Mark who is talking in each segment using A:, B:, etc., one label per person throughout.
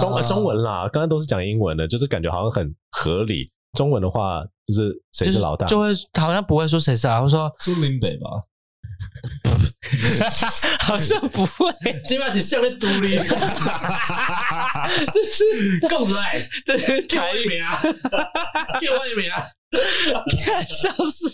A: 中呃
B: 嗯
A: 中文啦，刚刚都是讲英文的，就是感觉好像很合理。中文的话，就是谁是老大？
B: 就会好像不会说谁是老大，会 说
C: 说林北吧，
B: 好像不会，
C: 这边是向你独立，
B: 这是
C: 够来，
B: 这是
C: 给
B: 台
C: 我一
B: 语，
C: 名啊，给我一名啊。
B: 看像是。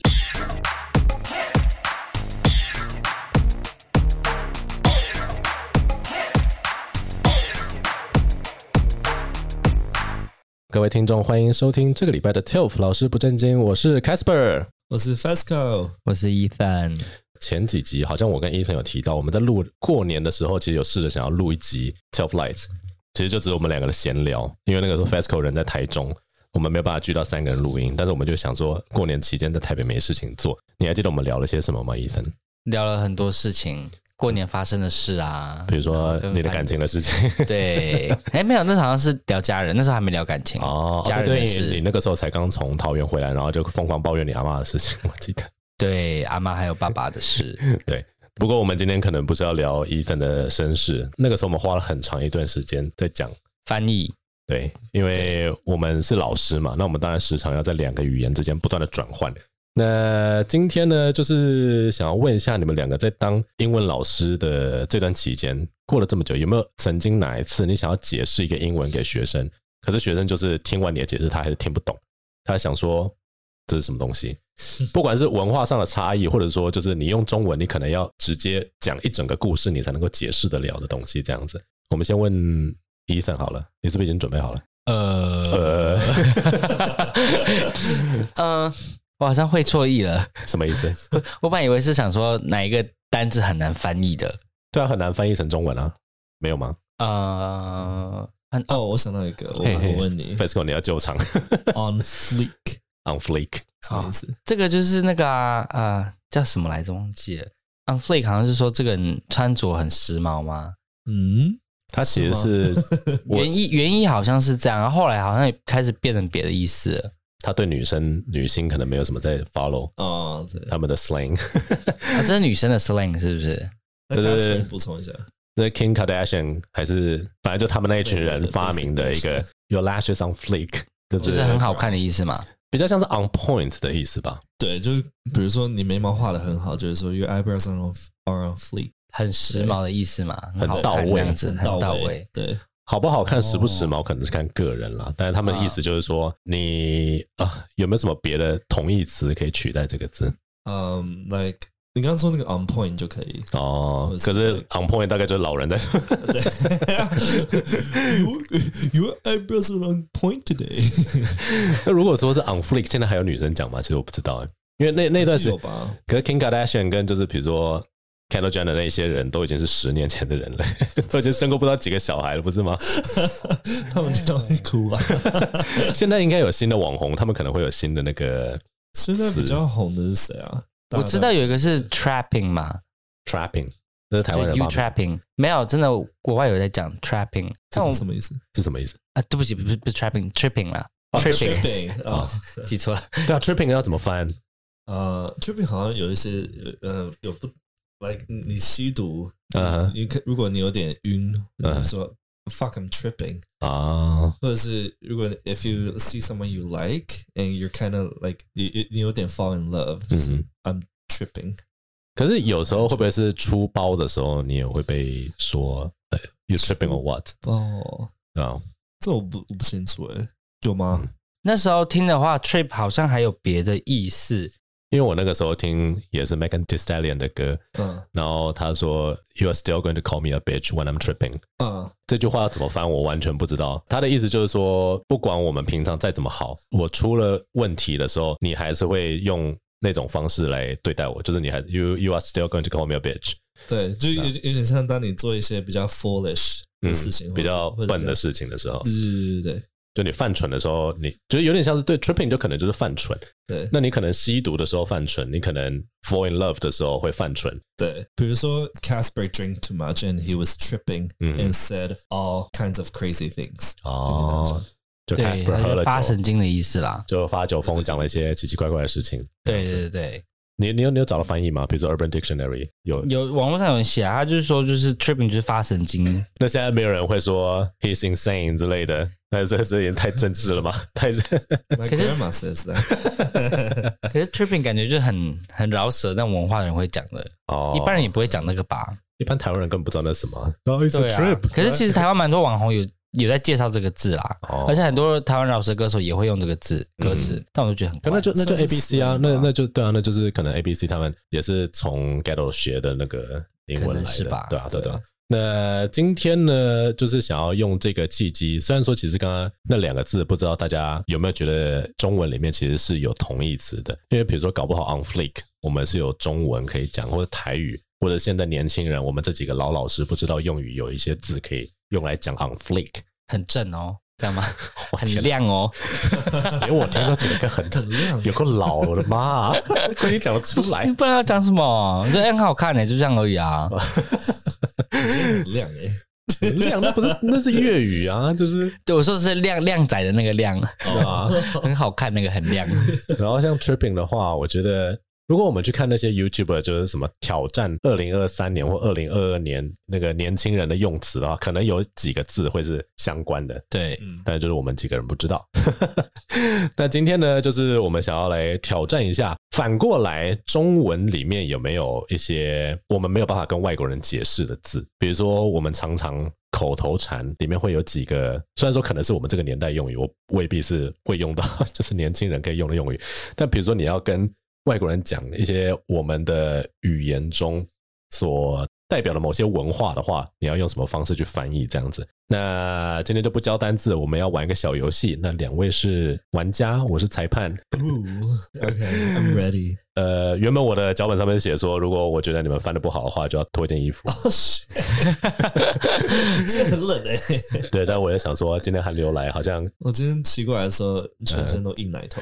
A: 各位听众，欢迎收听这个礼拜的 TILF 老师不正经，我是 Casper。
C: 我是 Fasco，
B: 我是伊凡，
A: 前几集好像我跟伊森有提到，我们在录过年的时候，其实有试着想要录一集 TILF Lights，其实就只有我们两个的闲聊，因为那个时候 FESCO 人在台中。我们没有办法聚到三个人录音，但是我们就想说，过年期间在台北没事情做。你还记得我们聊了些什么吗，伊森？
B: 聊了很多事情，过年发生的事啊，
A: 比如说
B: 嗯
A: 你的感情的事情，
B: 对， 哎，没有，那好像是聊家人，那时候还没聊感情
A: 哦，
B: 家
A: 对
B: 人的
A: 对，你
B: 事，
A: 那个时候才刚从桃园回来，然后就疯狂抱怨你阿妈的事情，我记得。
B: 对阿妈还有爸爸的事，
A: 不过我们今天可能不是要聊伊森的身世，那个时候我们花了很长一段时间在讲，
B: 翻译，
A: 对，因为我们是老师嘛，那我们当然时常要在两个语言之间不断的转换。那今天呢，就是想要问一下你们两个在当英文老师的这段期间，过了这么久，有没有曾经哪一次你想要解释一个英文给学生，可是学生就是听完你的解释，他还是听不懂，他想说这是什么东西？不管是文化上的差异，或者说就是你用中文，你可能要直接讲一整个故事，你才能够解释得了的东西，这样子。我们先问伊森好了，你是不是已经准备好了？
B: 呃
A: 呃，
B: 嗯，我好像会错意了，
A: 什么意思？
B: 我本来以为是想说哪一个单字很难翻译的，
A: 对啊，很难翻译成中文啊，没有吗
B: 呃，很
C: 哦，我想到一个，我
A: 嘿嘿
C: 我问你
A: f e s c o 你要救场
C: ，On Fleek
A: on fleek，
C: 什么意思？
B: 哦这个就是那个啊，呃，叫什么来着？忘记了。On fleek 好像是说这个人穿着很时髦吗？
C: 嗯，
A: 它其实是我
B: 原意原意好像是这样，然后后来好像也开始变成别的意思了。
A: 他对女生女性可能没有什么在 follow
C: 哦，对，
A: 他们的 slang。
B: 啊，这是女生的 slang 是不是？
C: 那
A: 对
C: c a
A: 对
C: s
A: 对
C: p 补充一下，
A: 那 Kim Kardashian 还是反正就他们那一群人发明的一
C: 对对
A: 个 Your lashes on fleek，就
B: 就是很好看的意思嘛。
A: 比较像是 on point 的意思吧。
C: 对，就是比如说你眉毛画的很好，就是说 your eyebrows are on are on fleek，
B: 很时髦的意思嘛，
A: 很
B: 好
A: 到
B: 看
A: 位
B: 这样子很到位。，
C: 对，
A: 好不好看、时不
C: 哦
A: 时髦，可能是看个人啦。但是他们的意
C: 啊
A: 思就是说，你啊有没有什么别的同义词可以取代这个字？
C: 嗯，like 你刚刚说那个 on point 就可以，
A: 哦
C: 我，是
A: 可是 on point 大概就是老人在说，
C: 对，your your eyebrows are on point today，
A: 那 如果说是 on fleek，现在还有女生讲吗？其实我不知道哎、因为那那段时
C: 有
A: 间，
C: 吧？
A: 可是 Kim Kardashian 跟就是比如说 Kendall Jenner 那一些人都已经是十年前的人了， 都已经生过不知道几个小孩了，不是 吗？
C: 他们经常会哭啊 吧？
A: 现在应该有新的网红，他们可能会有新的那个
C: 现在比较红的是谁啊？
B: 我知道有一个是 trapping 嘛，
A: trapping，那是台
B: 就
A: 湾人
B: you
A: 吗？
B: trapping 没有，真的国外有在讲 trapping，但
C: 这
B: 我
C: 是什么意思
A: 是什么意思？
B: 啊，对不起，不是不是 trapping，tripping 啦
A: 哦
B: ，tripping
C: ？Tripping 啊，
B: 记错了，
A: 对啊，tripping 要怎么翻？
C: 呃，Tripping 好像有一些呃有不，like 你吸毒，
A: 嗯
C: 你可如果你有点晕，
A: 嗯
C: 你说 fuck I'm tripping，
A: 啊，
C: 或者是如果 if you see someone you like and you're kind of like 你你你有点 fall in love，就是
A: 嗯
C: I'm tripping，
A: 可是有时候会不会是出包的时候，你也会被说呃 you tripping or what？
C: 哦，
A: 啊，
C: 这我不我不清楚哎，有吗？
B: 那时候听的话，trip 好像还有别的意思，
A: 因为我那个时候听也是 Megan Thee Stallion 的歌，
C: 嗯
A: 然后他说 you are still going to call me a bitch when I'm tripping。
C: 嗯
A: 这句话要怎么翻，我完全不知道。他的意思就是说，不管我们平常再怎么好，我出了问题的时候，你还是会用那种方式来对待我，就是你还 you you are still going to call me a bitch。
C: 对，就有有点像当你做一些比较 foolish 的事情，
A: 比较
C: 或者
A: 笨的，事情的时候
C: 或，者对对对
A: 就你犯蠢的时候，你就是有点像是对 tripping 就可能就是犯蠢。
C: 对对
A: 那你可能吸毒的时候犯蠢，你可能 fall in love 的时候会犯蠢。
C: 对。比如说，Casper drink too much and he was tripping
A: 嗯
C: and said all kinds of crazy things。
A: 哦，就
B: 对，
A: Casper
B: 它
A: 喝
B: 就
A: 了
B: 发
A: 酒，
B: 神经的意思啦。
A: 就发酒疯，讲了一些奇奇怪怪的事情。
B: 对对对对，
A: 你你有你有找到翻译吗？比如说 Urban Dictionary 有，
B: 有网络上有人写啊，他就是说就是 tripping 就是发神 经，
A: 那现在没有人会说 He's insane 之类的，那这这也太政治了吧？太
C: My
B: 可是-
C: grandma says that.
B: 可是 tripping 感觉就是很很饶舌，但文化人会讲的，
A: 哦，
B: 一般人也不会讲那个吧？
A: 一般台湾人根本不知道那是什么。哦、oh,，It's
B: 对
A: a
B: 啊
A: trip。，
B: 可是其实台湾蛮多网红有有在介绍这个字啦，
A: 哦嗯
B: 而且很多台湾饶舌歌手也会用这个字歌词，但我就觉得很
A: 可
B: 怪
A: 那就那就
C: 算是
A: A B C 啊，
C: 死
A: 那
C: 亡吧
A: 那就对啊，那就是可能 A B C 他们也是从 Ghetto 学的那个英
B: 可
A: 文来
B: 能
A: 的，
B: 是吧
A: 对啊，对啊对啊
C: 对。
A: 那今天呢，就是想要用这个契机，虽然说其实刚刚那两个字，不知道大家有没有觉得中文里面其实是有同义词的，因为比如说搞不好 on fleek，我们是有中文可以讲，或者台语，或者现在年轻人，我们这几个老老师不知道用语，有一些字可以用来讲 on fleek，
B: 很正哦，这样吗？
A: 我
B: 很
A: 天
B: 亮哦，
A: 连我听都觉得很
C: 很亮
A: 有够老，我的 妈、啊，所以你讲得出来
B: 你。 不知道要讲什么，这很好看呢，就这样而已啊。
A: 哦
C: 真的很亮耶。
A: 很亮，那不是那是粤语啊，就是
B: 对，我说的是亮亮仔的那个亮，
A: 对啊。
B: 很好看那个很 亮。
A: 然后像 tripping 的话，我觉得如果我们去看那些 YouTuber，就是什么挑战二零二三年或二零二二年那个年轻人的用词的话，可能有几个字会是相关的。
B: 对，
C: 嗯 Mm.
A: 但就是我们几个人不知道。 那今天呢，就是我们想要来挑战一下，反过来中文里面有没有一些我们没有办法跟外国人解释的字？比如说，我们常常口头禅里面会有几个，虽然说可能是我们这个年代用语，我未必是会用到， 就是年轻人可以用的用语。但比如说，你要跟外国人讲一些我们的语言中所代表的某些文化的话，你要用什么方式去翻译这样子？那今天就不教单字，我们要玩一个小游戏。那两位是玩家，我是裁判。
C: Ooh, okay,
B: mm.
C: I'm ready.
A: 呃，原本我的脚本上面写说，如果我觉得你们翻的不好的话，就要脱一件衣服。
C: Oh shit. 这很冷耶。
A: 对，但我也想说，今天寒流来，好像
C: 我今天骑过来的时候，全身都硬奶头。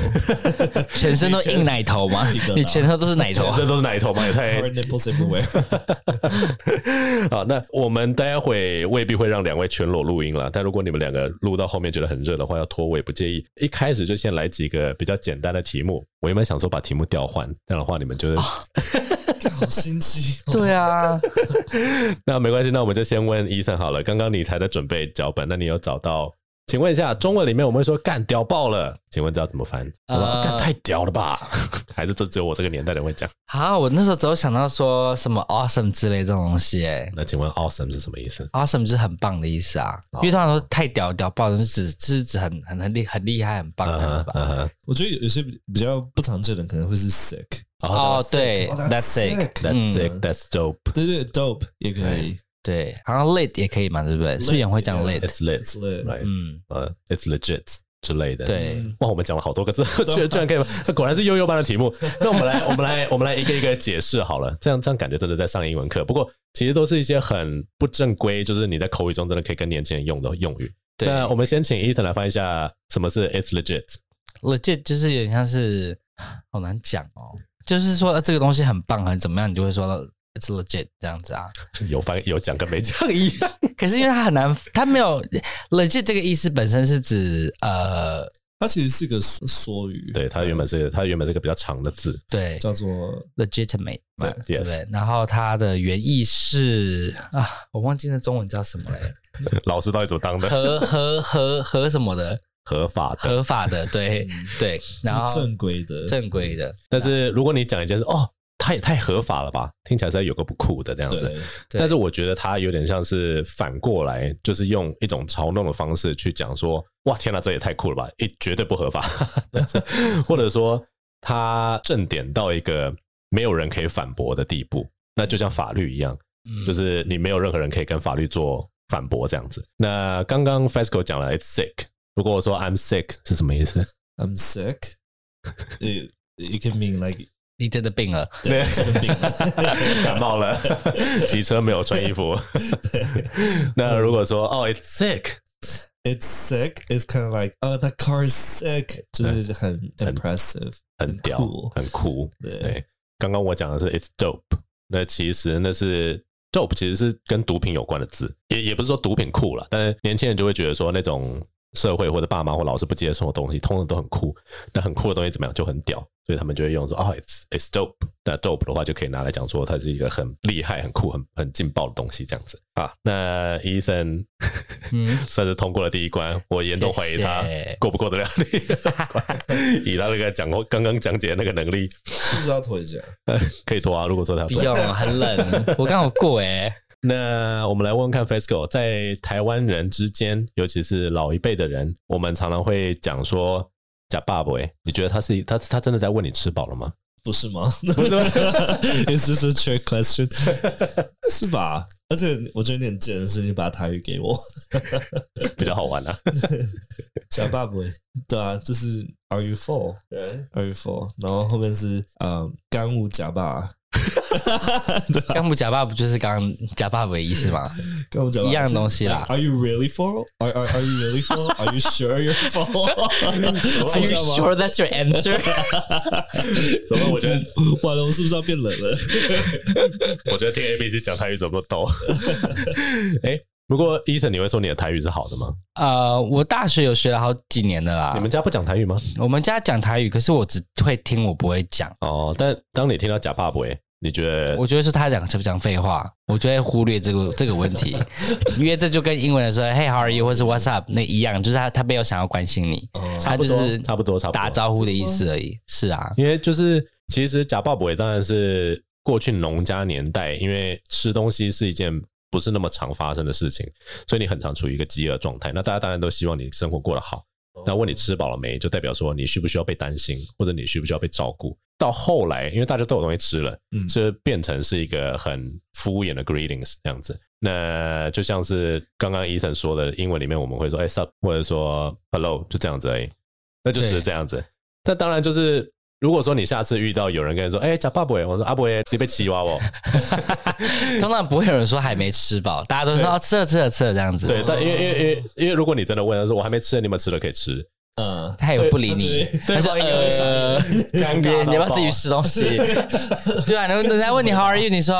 B: 全身都硬奶头 嘛
C: 一个，
B: 你 全身都是奶头啊
A: 全。 身都是奶头嘛，也 太
C: Hard nipples everywhere.
A: 好，那我们待会未必会让两位全裸录音了，但如果你们两个录到后面觉得很热的话，要脱我也不介意。一开始就先来几个比较简单的题目，我原本想说把题目调换，这样的话你们就是、
C: 好心机哦。
B: 对啊，
A: 那没关系，那我们就先问医生好了。刚刚你才在准备脚本，那你有找到？请问一下，中文里面我们会说“干屌爆了”，请问这要怎么翻？我
B: 呃
A: 说干太屌 了吧？还是这只有我这个年代的人会讲？
B: 好，我那时候只有想到说什么 awesome 之类这种东西，哎
A: 那请问 “awesome” 是什么意思？
B: ，awesome 就是很棒的意思啊。因为通常说太屌屌爆，就是指就是指很很很厉很厉害很棒这样子啊吧。
A: 嗯哼
C: 我觉得有些比较不常见的可能会是 sick。
B: 哦，对
C: Oh,
B: ，that's sick，
C: sick
A: ，That's
B: 嗯
A: sick, that's dope,
C: 对对，dope 也可以
B: 对，然后 lit 也可以嘛，对不对？是不是有人会讲 lit？
C: yeah，
A: it's lit,
C: It's lit
A: right？
B: 嗯，
A: 呃，it's legit 之类的。
B: 对，
A: 哇，我们讲了好多个字，居然居然可以 吗，果然是悠悠班的题目。那我们来，我们来，我们来一个一个解释好了。这样这样感觉真的在上英文课。不过其实都是一些很不正规，就是你在口语中真的可以跟年轻人用的用语。
B: 对
A: 那我们先请 Ethan 来翻译一下什么是 it's legit。
B: legit 就是有点像是好难讲哦，就是说、呃这个东西很棒，很怎么样，你就会说 it's legit 这样子啊。
A: 有翻有讲跟没讲一样。
B: 可是因为它很难，它没有 legit 这个意思本身是指呃，
C: 它其实是个缩缩语，
A: 对，它原本是它原本是个比较长的字，
B: 对
C: 叫做
B: legitimate 嘛，
A: 对
B: 对不
A: yes
B: 对？然后它的原意是啊，我忘记那中文叫什 么了，
A: 老师到底怎么当的？
B: 合合合合什么 的，
A: 合法的。
B: 合法的，对
A: 嗯
B: 对，然后
C: 正规的
B: 正规的，
A: 但是如果你讲一件事，哦，它也太合法了吧，听起来实在有个不酷的这样子。
C: 对
B: 对
A: 但是我觉得他有点像是反过来，就是用一种嘲弄的方式去讲说：“哇，天哪，这也太酷了吧！一绝对不合法。 但是”或者说他正点到一个没有人可以反驳的地步。那就像法律一样，
B: 嗯
A: 就是你没有任何人可以跟法律做反驳这样子。那刚刚 Fasco 讲了 “It's sick”，如果我说 “I'm sick” 是什么意思？
C: ，I'm sick。It it can mean like
B: 你真的病了，
A: 啊
C: 对，真的病了，
A: 感冒了，骑车没有穿衣服。那如果说“哦，It's sick”，
C: It's sick. It's kind of like oh, that car is sick，就是很 impressive，
A: 很屌，
C: 酷
A: 很酷。
C: 对
A: 对，刚刚我讲的是 it's dope，那其实那是 dope，其实是跟毒品有关的字，也也不是说毒品酷了，但是年轻人就会觉得说那种社会或者爸妈或老师不接受的东西，通常都很酷。那很酷的东西怎么样就很屌，所以他们就会用说啊、it's it's dope。那 dope 的话就可以拿来讲说它是一个很厉害、很酷、很很劲爆的东西这样子啊。那 Ethan
B: 嗯，
A: 算是通过了第一关，我严重怀疑他
B: 谢谢
A: 过不过得了第二关。 以他那个讲过刚刚讲解的那个能力，
C: 是不是要拖一下？
A: 可以拖啊。如果说他
B: 不
A: 拖
B: 用，很冷， 我刚好过哎、
A: 那我们来问问看 FESCO 哦在台湾人之间，尤其是老一辈的人，我们常常会讲说“假爸爸”。欸你觉得他是他他真的在问你吃饱了吗？
C: 不是吗？不 是，Is this a trick question？是吧？而且我觉得有点贱的是，你把台语给我，
A: 比较好玩啊。
C: 假爸爸。 对啊，就是 Are you full？对，Are you full？然后后面是嗯，干物假爸，
B: 干部假爸不就是刚刚假爸爸的意思 吗？
C: 干物假爸
B: 一样的东西啦
C: 啊是哎 Are you really full？Are Are Are you really full？Are you sure you're full？
B: Are
C: 是
B: you
C: 这样吗
B: sure that's your answer？
A: 怎么？我觉得
C: 完了，我是不是要变冷了？
A: 我觉得听 A B C 讲台语怎么都逗。哎、不过 Eason，你会说你的台语是好的吗？
B: 呃，我大学有学了好几年的啦。
A: 你们家不讲台语吗？
B: 我们家讲台语，可是我只会听，我不会讲。
A: 哦，但当你听到“假爸爸”，你觉得
B: 我觉得是他讲讲不讲废话，我就会忽略这个 这个问题，因为这就跟英文的说 “Hey how are you” 或是 “What's up” 那一样，就是他他没有想要关心你，他
A: 差不
B: 就
A: 多
B: 是
A: 差不多差不多
B: 打招呼的意思而已。是啊，
A: 因为就是其实假爸爸当然是过去农家年代，因为吃东西是一件不是那么常发生的事情，所以你很常处于一个饥饿状态。那大家当然都希望你生活过得好。那问你吃饱了没，就代表说你需不需要被担心，或者你需不需要被照顾。到后来，因为大家都有东西吃了，
C: 嗯
A: 这变成是一个很敷衍的 greetings 这样子。那就像是刚刚 Ethan 说的，英文里面我们会说哎、sup，或者说 hello，就这样子而已。那就只是
B: 对
A: 这样子。那当然就是，如果说你下次遇到有人跟你说，哎、假爸爸，我说阿伯，你被欺娃哦。嗯
B: 通常不会有人说还没吃饱，大家都说哦吃了吃了吃了这样子。
A: 对，但因为因为因为因为如果你真的问他说我还没吃，你有没有吃的可以吃，
C: 嗯，
B: 他也不理
C: 对
B: 你，
A: 对
B: 他说
A: 方应该会想
B: 呃，
A: 尴
B: 你你要
A: 尬到
B: 不要
A: 爆
B: 自己吃东西？ 对啊，人人家问你 How are you，你说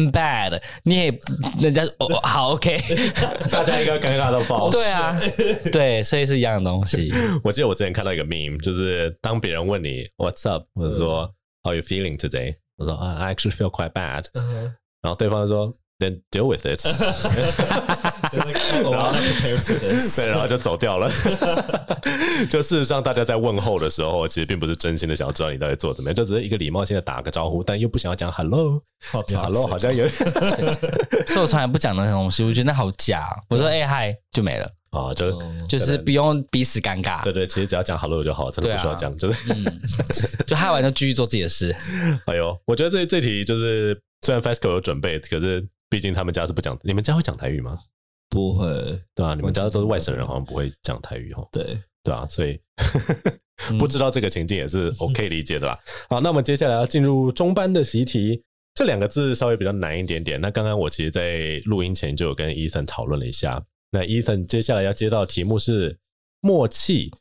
B: 嗯 bad，你也人家哦哦好 OK，
A: 大家应该尴尬到爆。
B: 对啊，对，所以是一样的东西。
A: 我记得我之前看到一个 meme，就是当别人问你 What's up，或者说 How are you feeling today，我说啊 I actually feel quite bad，然
C: 嗯
A: 后对方就说 Then deal with it，
C: They're like, oh, I'm not prepared for this.
A: 对，然后就走掉了。就事实上，大家在问候的时候，其实并不是真心的想要知道你到底做得怎么样，就只是一个礼貌性的打个招呼，但又不想要讲 hello。
C: 好
A: hello 好像有
B: 所以我从来不讲那种东西，我觉得那好假。我说哎嗨就没了，
A: 啊，就
C: 哦嗯
B: 就是不用彼此尴尬
A: 对。对，其实只要讲 hello 就好，真的不需要讲，就是
B: 嗯，就嗨完就继续做自己的事。
A: 哎呦，我觉得这这题就是虽然 FESCO 有准备，可是毕竟他们家是不讲，你们家会讲台语吗？
C: 不会，
A: 对啊，你们家都是外省人，好像不会讲台语哦。
C: 对，
A: 对啊，所以 不知道这个情境也是 OK 理解的啦。好，那我们接下来要进入中班的习题，这两个字稍微比较难一点点。那刚刚我其实，在录音前就有跟 Ethan 讨论了一下。那 Ethan 接下来要接到的题目是默契，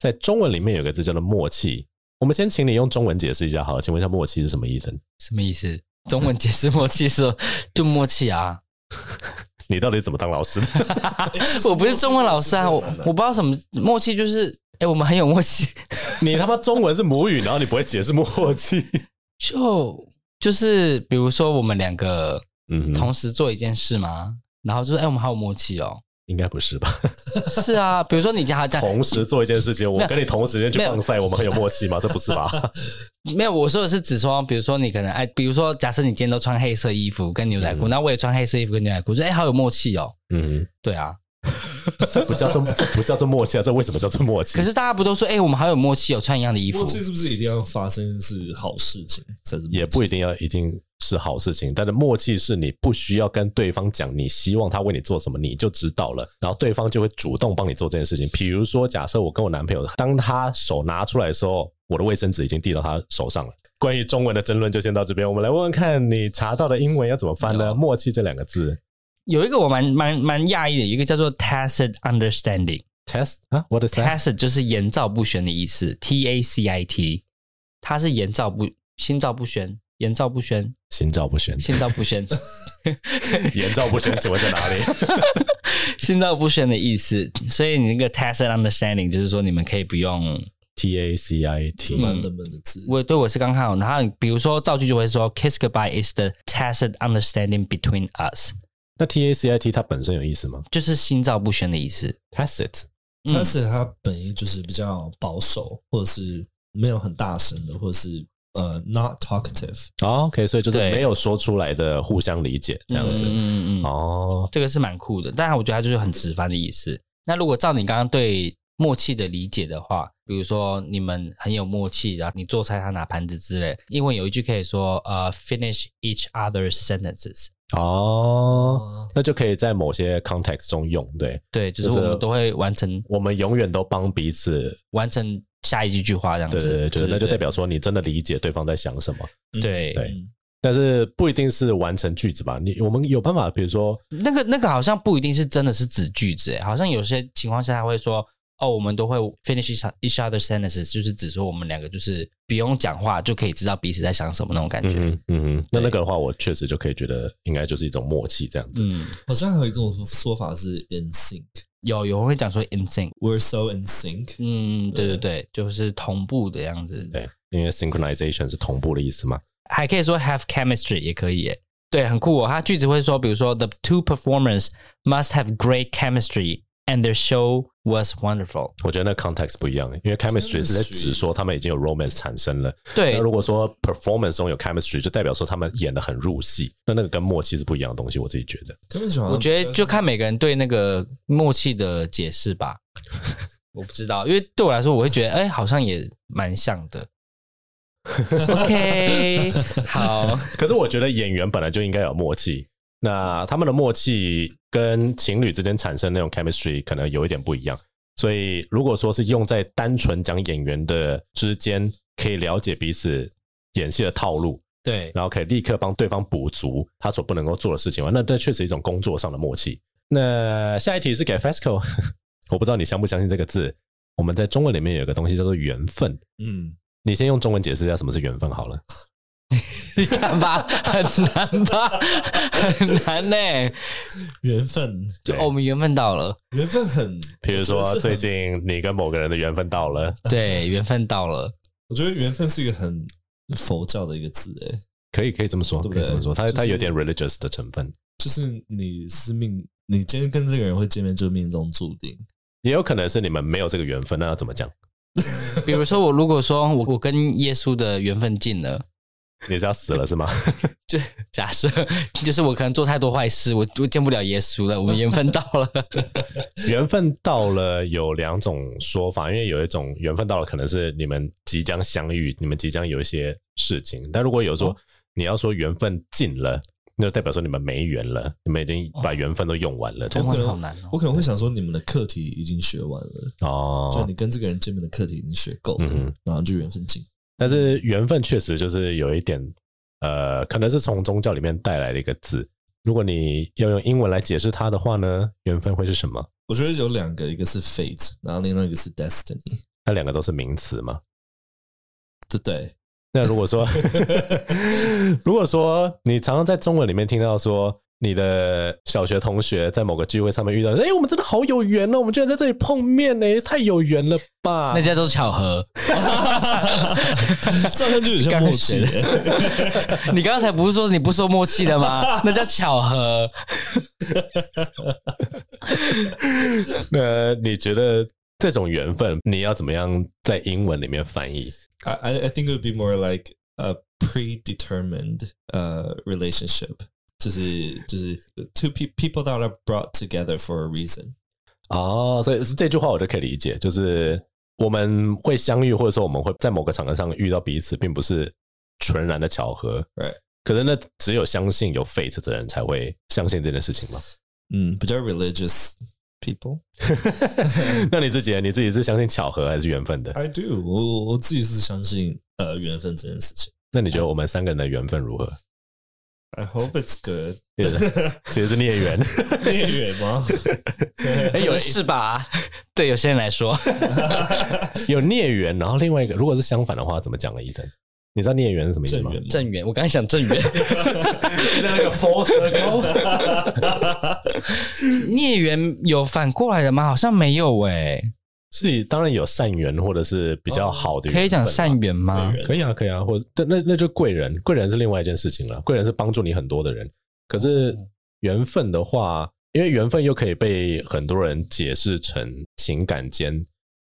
A: 在中文里面有个字叫做默契。我们先请你用中文解释一下，好了，请问一下默契是什么？Ethan，
B: 什么意思？中文解释默契是就默契啊，
A: 你到底怎么当老师的？
B: 我不是中文老师啊，我我不知道什么默契，就是哎，我们很有默契，
A: 你他妈中文是母语，然后你不会解释默契？
B: 就就是比如说我们两个
A: 嗯哼，
B: 同时做一件事嘛，然后就是哎，我们好有默契哦。
A: 应该不是吧？
B: 是啊，比如说你讲好讲
A: 同时做一件 事情，
B: 没
A: 我
B: 有
A: 跟你同时间去
B: 没有
A: 放赛，我们很有默契吗？这不是吧？
B: 没有，我说的是只说，比如说你可能哎，比如说假设你今天都穿黑色衣服跟牛
C: 嗯
B: 仔裤，那、我也穿黑色衣服跟牛仔裤，就哎好有默契哦。
A: 嗯，
B: 对啊，
A: 这不叫做这不叫做默契啊，这为什么叫做默契
B: 可？是大家不都说哎我们好有默契哦，穿一样的衣服
C: 默，契是不是一定要发生是好事情才是默契
A: 也不一定要一定是好事情，但是默契是你不需要跟对方讲你希望他为你做什么，你就知道了，然后对方就会主动帮你做这件事情。比如说，假设我跟我男朋友，当他手拿出来的时候，我的卫生纸已经递到他手上了。关于中文的争论就先到这边，我们来问问看你查到的英文要怎么翻呢？
B: 有
A: 默契这两个字
B: 有一个我蛮蛮蛮讶异的，有一个叫做 tacit understanding。
A: ，test 啊，what is that？
B: tacit 就是言照不宣的意思，T A C I T，它是言照不心照不宣，言照不宣，
A: 心照不宣，
B: 心照不宣。
A: 言照不宣，请问在哪里？
B: 心照不宣的意思，所以你那个 tacit understanding 就是说你们可以不用
A: T A C I T，
C: 蛮冷门的字。
B: 我对我是刚看好，然后比如说造句就会说 “kiss goodbye is the tacit understanding between us”，
A: 那 T A C I T 它本身有意思吗
B: 就是心照不宣的意思。嗯
A: ？Tacit 嗯
C: 但是它本意就是比较保守，或者是没有很大声的，或者是呃 not talkative。
A: 哦，OK，所以就是
B: 对
A: 没有说出来的互相理解这样子。
B: 嗯嗯嗯，
A: 哦，
B: 这个是蛮酷的，但我觉得它就是很直翻的意思。那如果照你刚刚对默契的理解的话，比如说你们很有默契，然后你做菜他拿盘子之类，英文有一句可以说呃、finish each other's sentences。
A: 哦，
C: 哦，
A: 那就可以在某些 context 中用。对，
B: 对，就
A: 就是是
B: 我们都会完成
A: 我们永远都帮彼此，
B: 完成下一句句话这样
A: 对
B: 子，
A: 对对，就那就代
B: 对
A: 表说你真的理解对方在想什么。
B: 对
A: 对但是不一定是完成句子吧？你我们有办法，比如说
B: 那个那个好像不一定是真的是指句子，诶好像有些情况下他会说哦，我们都会 finish each each other sentences，就是指说我们两个就是不用讲话就可以知道彼此在想什么那种感
A: 嗯
B: 觉。
A: 哼嗯哼，那
B: 对
A: 那个的话，我确实就可以觉得应该就是一种默契这样子。
B: 嗯，
C: 好像还有一种说法是 in sync，we're
B: 有有人会讲说 in sync，
C: so in sync。
B: 嗯，对对对，就是同步的样子，
A: 对，因为 synchronization 是同步的意思嘛。
B: 还可以说 have chemistry 也可以耶，对，很酷哦。它句子会说，比如说 the two performers must have great chemistry and their show was wonderful。
A: 我觉得那 context 不一样，因为 chemistry 是在指说他们已经有 romance 产生了。
B: 对
A: 那，如果说 performance 中有 chemistry，就代表说他们演的很入戏，那那个跟默契是不一样的东西。我自己觉得，
C: 他们喜欢
B: 我觉得就看每个人对那个默契的解释 吧。我不知道，因为对我来说，我会觉得，哎、好像也蛮像 的。OK，好，
A: 可是我觉得演员本来就应该有默契。那他们的默契跟情侣之间产生那种 chemistry 可能有一点不一样，所以如果说是用在单纯讲演员的之间，可以了解彼此演戏的套路，
B: 对，
A: 然后可以立刻帮对方补足他所不能够做的事情嘛。那这确实一种工作上的默契。那下一题是给 FESCO，我不 知道你相不相信这个字。我们在中文里面有一个东西叫做缘分，
C: 嗯，
A: 你先用中文解释一下什么是缘分好了。
B: 你看吧，很难吧，很难呢、
C: 缘分，
B: 就
A: 对
B: 哦我们缘分到了，
C: 缘分很，
A: 比如
C: 我觉
A: 说啊
C: 得是很
A: 最，近你跟某个人的缘分到了，
B: 对，缘分到了。
C: 我觉得缘分是一个很佛教的一个字，哎，
A: 可以可以这么说，
C: 对不
A: 可
C: 对
A: 以这么说，它
C: 就是
A: 它有点 religious 的成分，
C: 就是你是命，你今天跟这个人会见面，就是命中注定。
A: 也有可能是你们没有这个缘分，那要怎么讲？
B: 比如说，我如果说我我跟耶稣的缘分尽了，
A: 你是要死了是吗？
B: 就假设就是我可能做太多坏事，我我见不了耶稣了，我们缘分到 了。
A: 缘分到了有两种说法，因为有一种缘分到了可能是你们即将相遇，你们即将有一些事情，但如果有说、你要说缘分尽了，那就代表说你们没缘了，你们已经把缘分都用完了，这
B: 中
A: 样
C: 哦
A: 子
B: 文好难哦
C: 我。可能会想说，你们的课题已经学完了，就
A: 哦
C: 你。跟这个人见面的课题已经学够
A: 嗯
C: 了
A: 哼，
C: 然后就缘分尽。
A: 但是缘分确实就是有一点，呃，可能是从宗教里面带来的一个字。如果你要用英文来解释它的话呢，缘分会是什么？
C: 我觉得有两个，一个是 fate，然后另外一个是 destiny，
A: 那两个都是名词嘛？
C: 对不对？
A: 那如果说，如果说你常常在中文里面听到说，你的小学同学在某个聚会上面遇到，哎、我们真的好有缘哦，我们居然在这里碰面呢，太有缘了吧
B: 那？叫做巧合。
C: 这样就有些默 契欸
B: 刚。 你刚才不是说你不说默契的 吗？那叫巧合。
A: 那你觉得这种缘分，你要怎么样在英文里面翻译？
C: I I- I think it would be more like a predetermined uh relationship，就是就是 two pe people that are brought together for a reason。
A: 哦，所以这句话我就可以理解，就是我们会相遇，或者说我们会在某个场合上遇到彼此，并不是纯然的巧合。
C: Right
A: 可是那只有相信有 fate 的人才会相信这件事情 嘛？
C: 嗯，比较 Mm, religious people。
A: 那你自己呢，你自己是相信巧合还是缘分 的？
C: I do，我我自己是相信呃缘分这件事情。
A: 那你觉得我们三个人的缘分如何？
C: I hope it's good。
A: 也 是其实是孽缘，
C: 孽缘吗？
B: 哎，有是吧？ 对有些人来说，
A: 有孽缘。然后另外一个，如果是相反的话，怎么讲呢？医生，你知道孽缘是什么意思
C: 正
A: 吗？
C: 缘吗？
B: 正缘。我刚才想正缘，
A: 那个 full circle，
B: 孽缘有反过来的吗？好像没有诶。欸
A: 是当然有善缘或者是比较好的缘分嘛、
B: 可以讲善缘吗？
C: 对
A: 可以啊，可以啊，或但那那就贵人，贵人是另外一件事情了。贵人是帮助你很多的人，可是缘分的话，因为缘分又可以被很多人解释成情感间，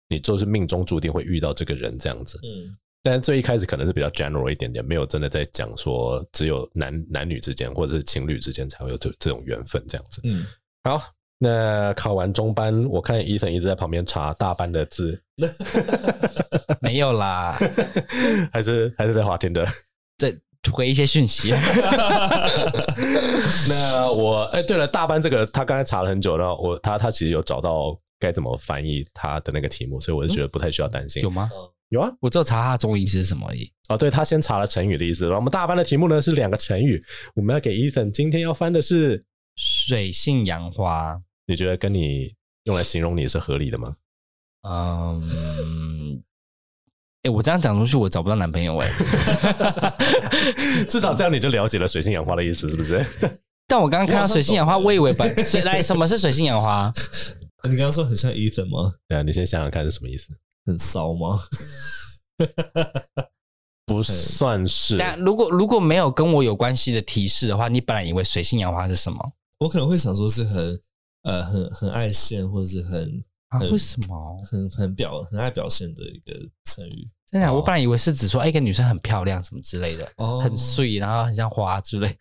A: 你就是命中注定会遇到这个人这样子。
C: 嗯
A: 但最一开始可能是比较 general 一点点，没有真的在讲说只有男男女之间或者是情侣之间才会有这这种缘分这样子。
C: 嗯，
A: 好，那考完中班，我看医生一直在旁边查大班的字，
B: 没有啦，
A: 还是还是在滑天的。
B: 再回一些讯息。啊
A: 那我哎、对了，大班这个他刚才查了很久，然后我他他其实有找到该怎么翻译他的那个题目，所以我就觉得不太需要担心。
B: 有吗？
A: 有啊，
B: 我只有查他的中文是什么而已。
A: 哦，对他先查了成语的意思，然后我们大班的题目呢是两个成语，我们要给 Ethan 今天要翻的是，
B: 水性杨花，
A: 你觉得跟你用来形容你是合理 的吗？
B: 嗯，哎、我这样讲出去，我找不到男朋友哎、
A: 至少这样你就了解了水性杨花的意思，是不是？
B: 但我刚刚看到水性杨花，
C: 我好像懂了
B: 我以为本水来什么是水性杨花？
C: 你刚刚说很像 Ethan 吗？
A: 对啊，你先想想看是什么意思？
C: 很骚吗？
A: 不算是，
B: 但如果如果没有跟我有关系的提示的话，你本来以为水性杨花是什么？
C: 我可能会想说是很呃很很爱现，或者是很
B: 啊，
C: 嗯
B: 为什么？
C: 很很表很爱表现的一个成语
B: 真的啊、
A: 哦
B: 我本来以为是指说，哎、一个女生很漂亮什么之类的，
C: 哦
B: 很碎，然后很像花之类。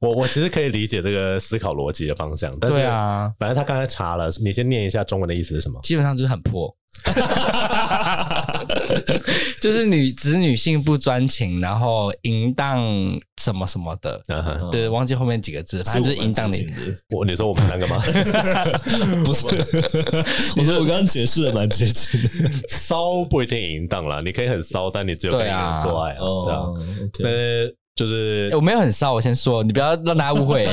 A: 我我其实可以理解这个思考逻辑的方向，但是
B: 对啊，
A: 反正他刚才查了，你先念一下中文的意思是什么？
B: 基本上就是很破，就是女子女性不专情，然后淫荡什么什么的。
A: 嗯哼
C: 嗯
B: 对，忘记后面几个字，反正就是淫荡你。
C: 的，
A: 我你说我们三个吗？
C: 不是？你说我刚刚解释的蛮接近的
A: 骚不一定淫荡啦，你可以很骚，但你只有跟一
B: 对
A: 个
B: 啊
A: 人做爱啊，对啊
C: 哦。。OK，
A: 那就是
B: 哎诶我没有很骚，我先说，你不要让大家误 会。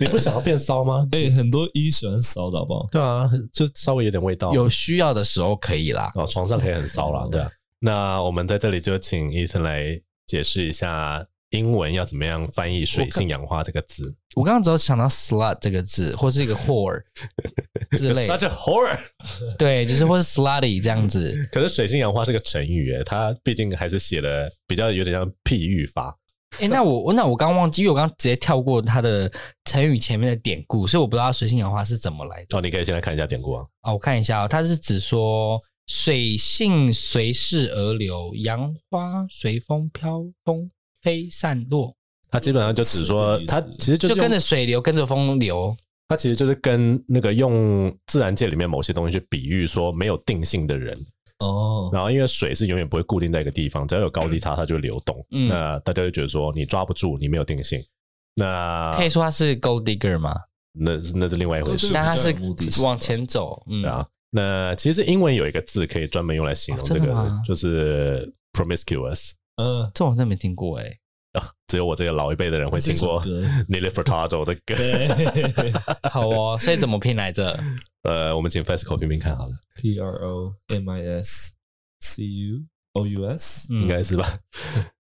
A: 你不想要变骚吗？
C: 哎，很多一喜欢骚的好不好？
A: 对啊，就稍微有点味道。
B: 有需要的时候可以啦。
A: 哦，床上可以很骚啦，
C: 嗯
A: 对啊。那我们在这里就请医生来解释一下英文要怎么样翻译“水性杨花”这个字。
B: 我刚刚只有想到 slut 这个字，或是一个 whore 之类
A: Such a horror！
B: 对，就是或是 slutty 这样子。
A: 可是“水性杨花”是个成语，诶，它毕竟还是写了比较有点像譬喻法。
B: 哎，那我那我刚忘记，因为我刚直接跳过它的成语前面的典故，所以我不知道水性杨花是怎么来的。
A: 哦，你可以先来看一下典故啊。
B: 啊，我看一下、哦，它是指说水性随势而流，杨花随风飘风飞散落，
A: 它基本上就只说
C: 是，
A: 它其实就
B: 就是跟
A: 用
B: 着水流，跟着风流。
A: 它其实就是跟那个用自然界里面某些东西去比喻说没有定性的人，
C: 哦，
A: 然后因为水是永远不会固定在一个地方，只要有高低差，它就会流动。
B: 嗯
A: 那大家就觉得说你抓不住，你没有定性。那
B: 可以说它是 gold digger 吗？
A: 那是啊那是另外一回事
C: 对
B: 但它是
C: 比较有目的性
B: 往前走，嗯，
A: 对啊。那其实英文有一个字可以专门用来形容
B: 哦
A: 这
B: 真的
A: 个，
B: 吗
A: 就是 promiscuous。
C: 嗯，
B: 这我真没听过哎、
A: 只有我这个老一辈的人会听过
C: 这首歌
A: Nelly Furtado 的歌。
C: 对
B: 好哦，所以怎么拼来着？
A: 呃，我们请 FESCO 拼拼看好了，
C: P R O M I S C U O U S，
B: 嗯
A: 应该是吧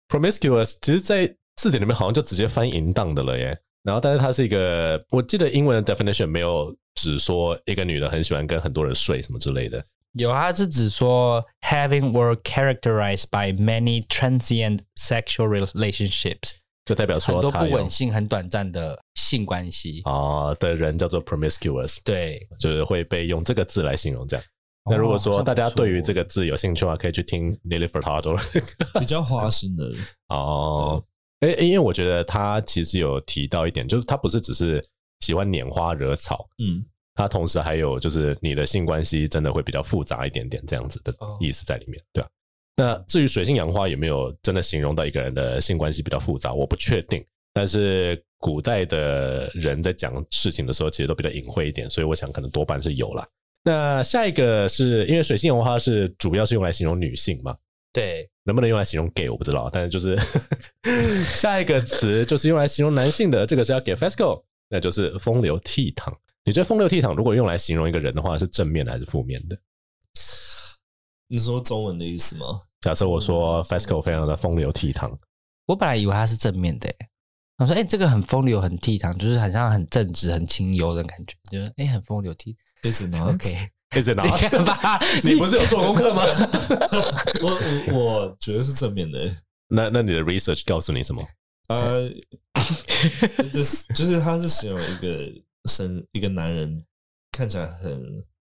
A: ？promiscuous 其实，在字典里面好像就直接翻淫荡的了耶。然后，但是它是一个，我记得英文的 definition 没有只说一个女的很喜欢跟很多人睡什么之类的。
B: 有，它是指说 having were characterized by many transient sexual relationships，
A: 就代表
B: 很
A: 说
B: 多不
A: 他有
B: 稳性、很短暂的性关系。
A: 啊、的人叫做 promiscuous，
B: 对，
A: 就是会被用这个字来形容这样。那如果
B: 哦
A: 说大家对于
B: 好像不错
A: 这，个字有兴趣的话，可以去听 Lily Furtado
C: 比较花心的，
A: 哦。诶、因为我觉得他其实有提到一点，就是他不是只是喜欢拈花惹草，
C: 嗯，
A: 他同时还有就是你的性关系真的会比较复杂一点点这样子的
C: 哦
A: 意思在里面，对吧、啊那至于水性杨花有没有真的形容到一个人的性关系比较复杂，我不确定。但是古代的人在讲事情的时候，其实都比较隐晦一点，所以我想可能多半是有啦。那下一个是因为水性杨花是主要是用来形容女性嘛，
B: 对，
A: 能不能用来形容 gay 我不知道，但是就是下一个词就是用来形容男性的，这个是要给 FESCO，那就是风流倜傥。你觉得风流倜傥如果用来形容一个人的话，是正面的还是负面的？
C: 你说中文的意思吗？
A: 假设我说 FESCO 非常的风流倜傥，
B: 我本来以为它是正面的欸，我说：“哎、这个很风流，很倜傥，就是很像很正直、很清幽的感觉，就是哎、很风流倜
C: Is it not？
B: OK，
A: Is it
B: 你
A: not？
B: 看吧，
A: 你不是有做功课吗？
C: 我 我我觉得是正面的。
A: 那那你的 research 告诉你什么？
C: 呃，这是 就是他是形容一个生一个男人看起来很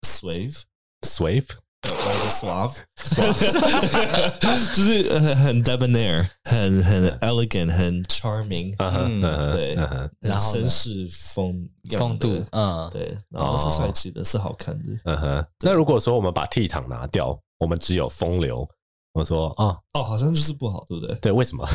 C: suave，
A: Swave
C: 呃不是 suave，suave，就是呃很很 debonair，很很 elegant，很 charming，
A: 啊哈，
B: 嗯
A: 嗯哼
C: 对
A: 嗯哼
C: 很
B: 然后呢
C: 绅士风样的
B: 风度，嗯，
C: 对，
A: 哦
C: 然后是帅气的，是好看的。
A: 嗯哼。那如果说我们把 T 场拿掉，我们只有风流，我说啊，
C: 哦，好像就是不好，对不对？
A: 对，为什么？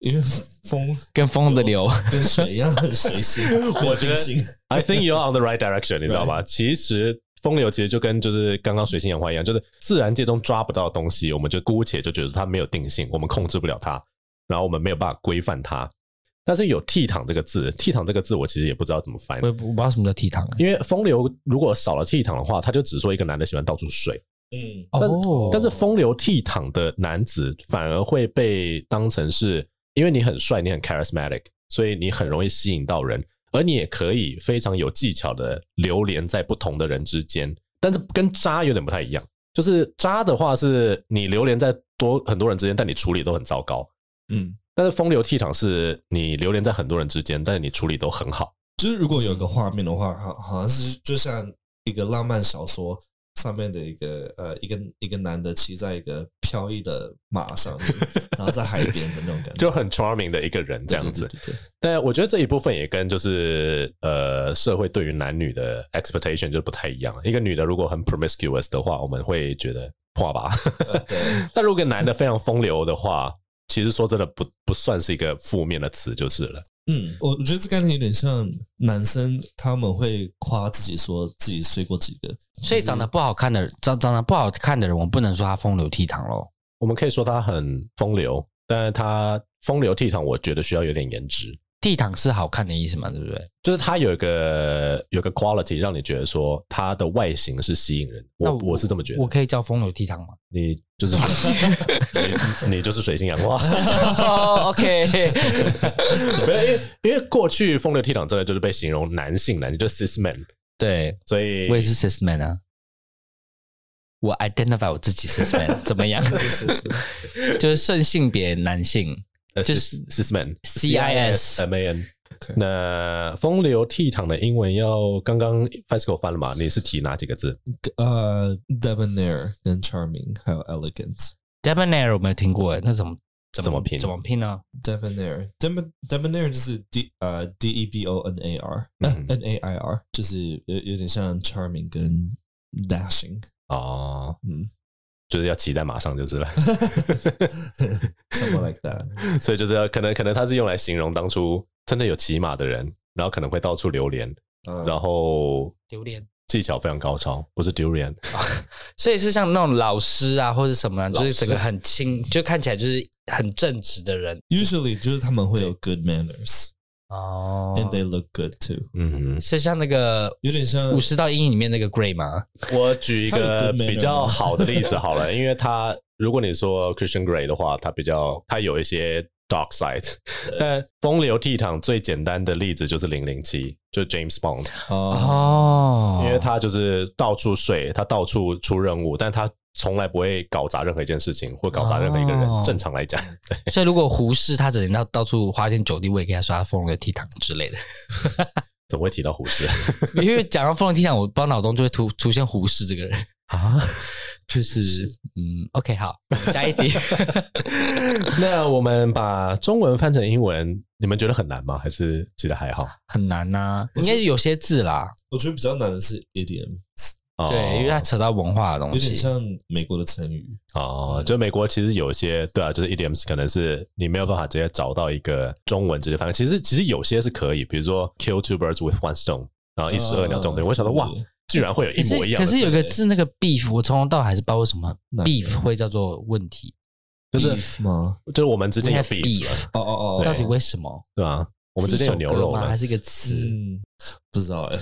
C: 因为风
B: 跟风的流，
C: 跟水一样很随性，
A: 我觉得
C: 很随性
A: I think you're on the right direction，你知道吗？其实风流其实就跟就是刚刚水性杨花一样，就是自然界中抓不到的东西，我们就姑且就觉得它没有定性，我们控制不了它，然后我们没有办法规范它。但是有“倜傥”这个字，“倜傥”这个字我其实也不知道怎么翻
B: 我，也不我不知道什么叫倜傥。啊
A: 因为风流如果少了“倜傥”的话，它就只说一个男的喜欢到处睡。
C: 嗯，
A: 但
B: 哦，
A: 但是风流倜傥的男子反而会被当成是，因为你很帅，你很 charismatic，所以你很容易吸引到人，而你也可以非常有技巧的流连在不同的人之间。但是跟渣有点不太一样，就是渣的话是你流连在多很多人之间，但你处理都很糟糕。
C: 嗯，
A: 但是风流倜傥是你流连在很多人之间，但是你处理都很好。
C: 就是如果有一个画面的话，好好像是就像一个浪漫小说上面的一个呃一个一个男的骑在一个飘逸的马上 面，然后在海边的那种感觉，
A: 就很 charming 的一个人这
C: 对
A: 样子，
C: 对对对对
A: 但我觉得这一部分也跟就是呃社会对于男女的 expectation 就不太一样。一个女的如果很 promiscuous 的话，我们会觉得破吧。
C: 呃对
A: 但如果一个男的非常风流的话，其实说真的不不算是一个负面的词就是了。
C: 嗯，我我觉得这概念有点像男生他们会夸自己说自己睡过几个，
B: 所以长得不好看的人，长长得不好看的人，我不能说他风流倜傥喽。
A: 我们可以说他很风流，但是他风流倜傥，我觉得需要有点颜值，
B: 倜傥是好看的意思嘛，对不对？
A: 就是他有一个有个 quality 让你觉得说他的外形是吸引人。
B: 那
A: 我我是这么觉
B: 我
A: 得，
B: 可以叫风流倜傥 吗
A: 你就是 你你就是水性杨花。
B: 哦，OK，
A: 没有，因为因为过去风流倜傥真的就是被形容男性男，就是 cis man，
B: 对
A: 所以
B: 我也是 cis man 啊，我 identify 我自己 cis man 怎么样？ 就是顺性别男性，
A: 呃
B: 就是
A: cis- cis man
B: C I S
A: M A N。
C: OK
A: 那风流倜傥的英文要刚刚 Fasco 翻了嘛？你是提哪几个字？
C: 呃 debonair 跟 charming 还有 elegant。
B: debonair 我没有听过哎，那怎么怎么
A: 怎么拼
B: 怎么拼啊呢？
C: debonair Debo- debonair 就是 d 呃 d e b o n a r
A: 嗯
C: n a i r 就是有有点像 charming 跟 dashing，
A: 哦，
C: 嗯
A: 就是要骑在马上就是了，
C: ，something like that。
A: 所以就是要可能可能他是用来形容当初真的有骑马的人，然后可能会到处流连，
C: 嗯
A: 然后
B: 榴莲，
A: 技巧非常高超，不是 durian。
B: 所以是像那种老师啊或者什么啊，就是
A: 老师
B: 整个很清，就看起来就是很正直的人
C: usually 就是他们会有 good manners
B: 哦
C: and they look good too，
A: 嗯
B: 是像那个
C: 有点像
B: 五十道阴影里面那个 Gray 吗？
A: 哼，我举一
C: 他有
A: 个
C: good manner
A: 比较
C: 吗
A: 好的例子好 了，因为他如果你说 Christian Grey 的话，他比较他有一些 dark side，但风流倜傥最简单的例子就是零零七，就是 James Bond，
C: 哦
B: 哦
A: 因为他就是到处睡，他到处出任务，但他从来不会搞砸任何一件事情或搞砸任何一个人。
B: 哦
A: 正常来讲，
B: 所以如果胡适他整天到到处花天酒地，我也给他说他风流倜傥之类的。
A: 怎么会提到胡适
B: 因为讲到风流倜傥，我不知道脑中就会突 出现胡适这个人啊，就是嗯，OK，好，下一题。
A: 那我们把中文翻成英文，你们觉得很难吗？还是觉得还好？
B: 很难啊呐、应该是有些字啦，
C: 我觉得比较难的是 idiom，
A: 哦
B: 对，因为它扯到文化的东
C: 有点
B: 西。
C: 像美国的成语，
B: 嗯
A: 哦，就美国其实有一些对啊，就是 idioms 可能是你没有办法直接找到一个中文直接翻译。其实其实有些是可以，比如说 kill two birds with one stone，然后一石二鸟这种东西。
C: 嗯
A: 我想说哇，居然会有
B: 可
A: 一
B: 是
A: 模一样
B: 可
A: 的，
B: 是有
C: 对
B: 个字那个 beef，我从头到尾还是不知道为什么
C: 哪个
B: beef 会叫做问题。
A: 就是
C: beef 吗？
A: 就是我们之
B: We
A: 间有
B: have
A: beef，
B: beef，
C: 哦哦哦，
B: 到底为什么？
A: 对吧？我们之间有牛
B: 是一
A: 肉
B: 首歌吗？
A: 了
B: 还，是一个词？
C: 嗯，不知 道哎。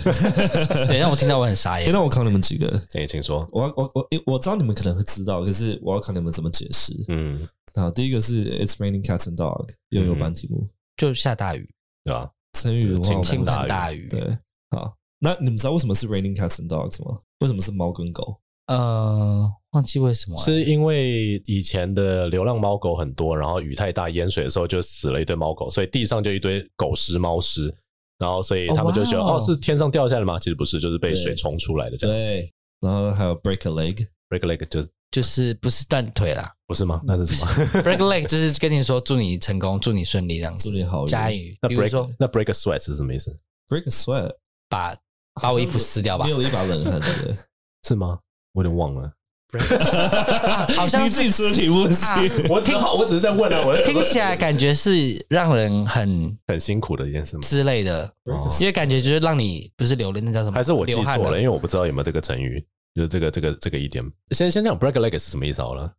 B: 对，让我听到我很傻
C: 哎，
B: 眼。
C: 那我考你们几个。
A: 哎，请说。
C: 我要我我诶我知道你们可能会知道，可是我要看你们怎么解释。
A: 嗯，
C: 好，第一个是 It's raining cats and dog，又有版题目。
B: 就下大雨，
A: 对吧？
C: 成语的话，
A: 倾
C: 我
A: 倾
B: 倾
C: 们
A: 大
B: 盆
A: 雨
B: 大雨。
C: 对，好。那你们知道为什么是 raining cats and dogs 吗？为什么是猫跟狗？
B: 呃，忘记为什么了
A: 是因为以前的流浪猫狗很多，然后雨太大淹水的时候就死了一堆猫狗，所以地上就一堆狗尸、猫尸，然后所以他们就觉得、
B: 哦哇哦
A: 哦是天上掉下来的吗？其实不是，就是被
C: 对
A: 水冲出来的这样。
C: 对，然后还有 break a leg，
A: break a leg 就是
B: 就是不是断腿啦
A: 嗯不是吗？那是什么？
B: ，break leg 就是跟你说祝你成功，祝你顺利这样
C: 祝
B: 子。
C: 你好运。
B: 加雨，
A: 那
B: 比如
A: break
B: 说
A: 那 break a sweat 是什么意思？
C: break a sweat，
B: 把把我衣服撕掉吧
C: 你，有一把冷汗对不对。
A: 是吗？我有点忘了。
B: 好像
C: 你
B: 是
C: 自己出的题目是
B: 啊
A: 我只好我只是在问啊，我
B: 听起来感觉是让人很
A: 很辛苦的一件事吗？啊
B: 之类的，
A: 哦
B: 因为感觉就是让你不是流泪，那叫什么？
A: 还是我记
B: 流
A: 错
B: 汗
A: 了？因为我不知道有没有这个成语，就是这个这个这个一 点。先先讲 break a leg 是什么意思好了。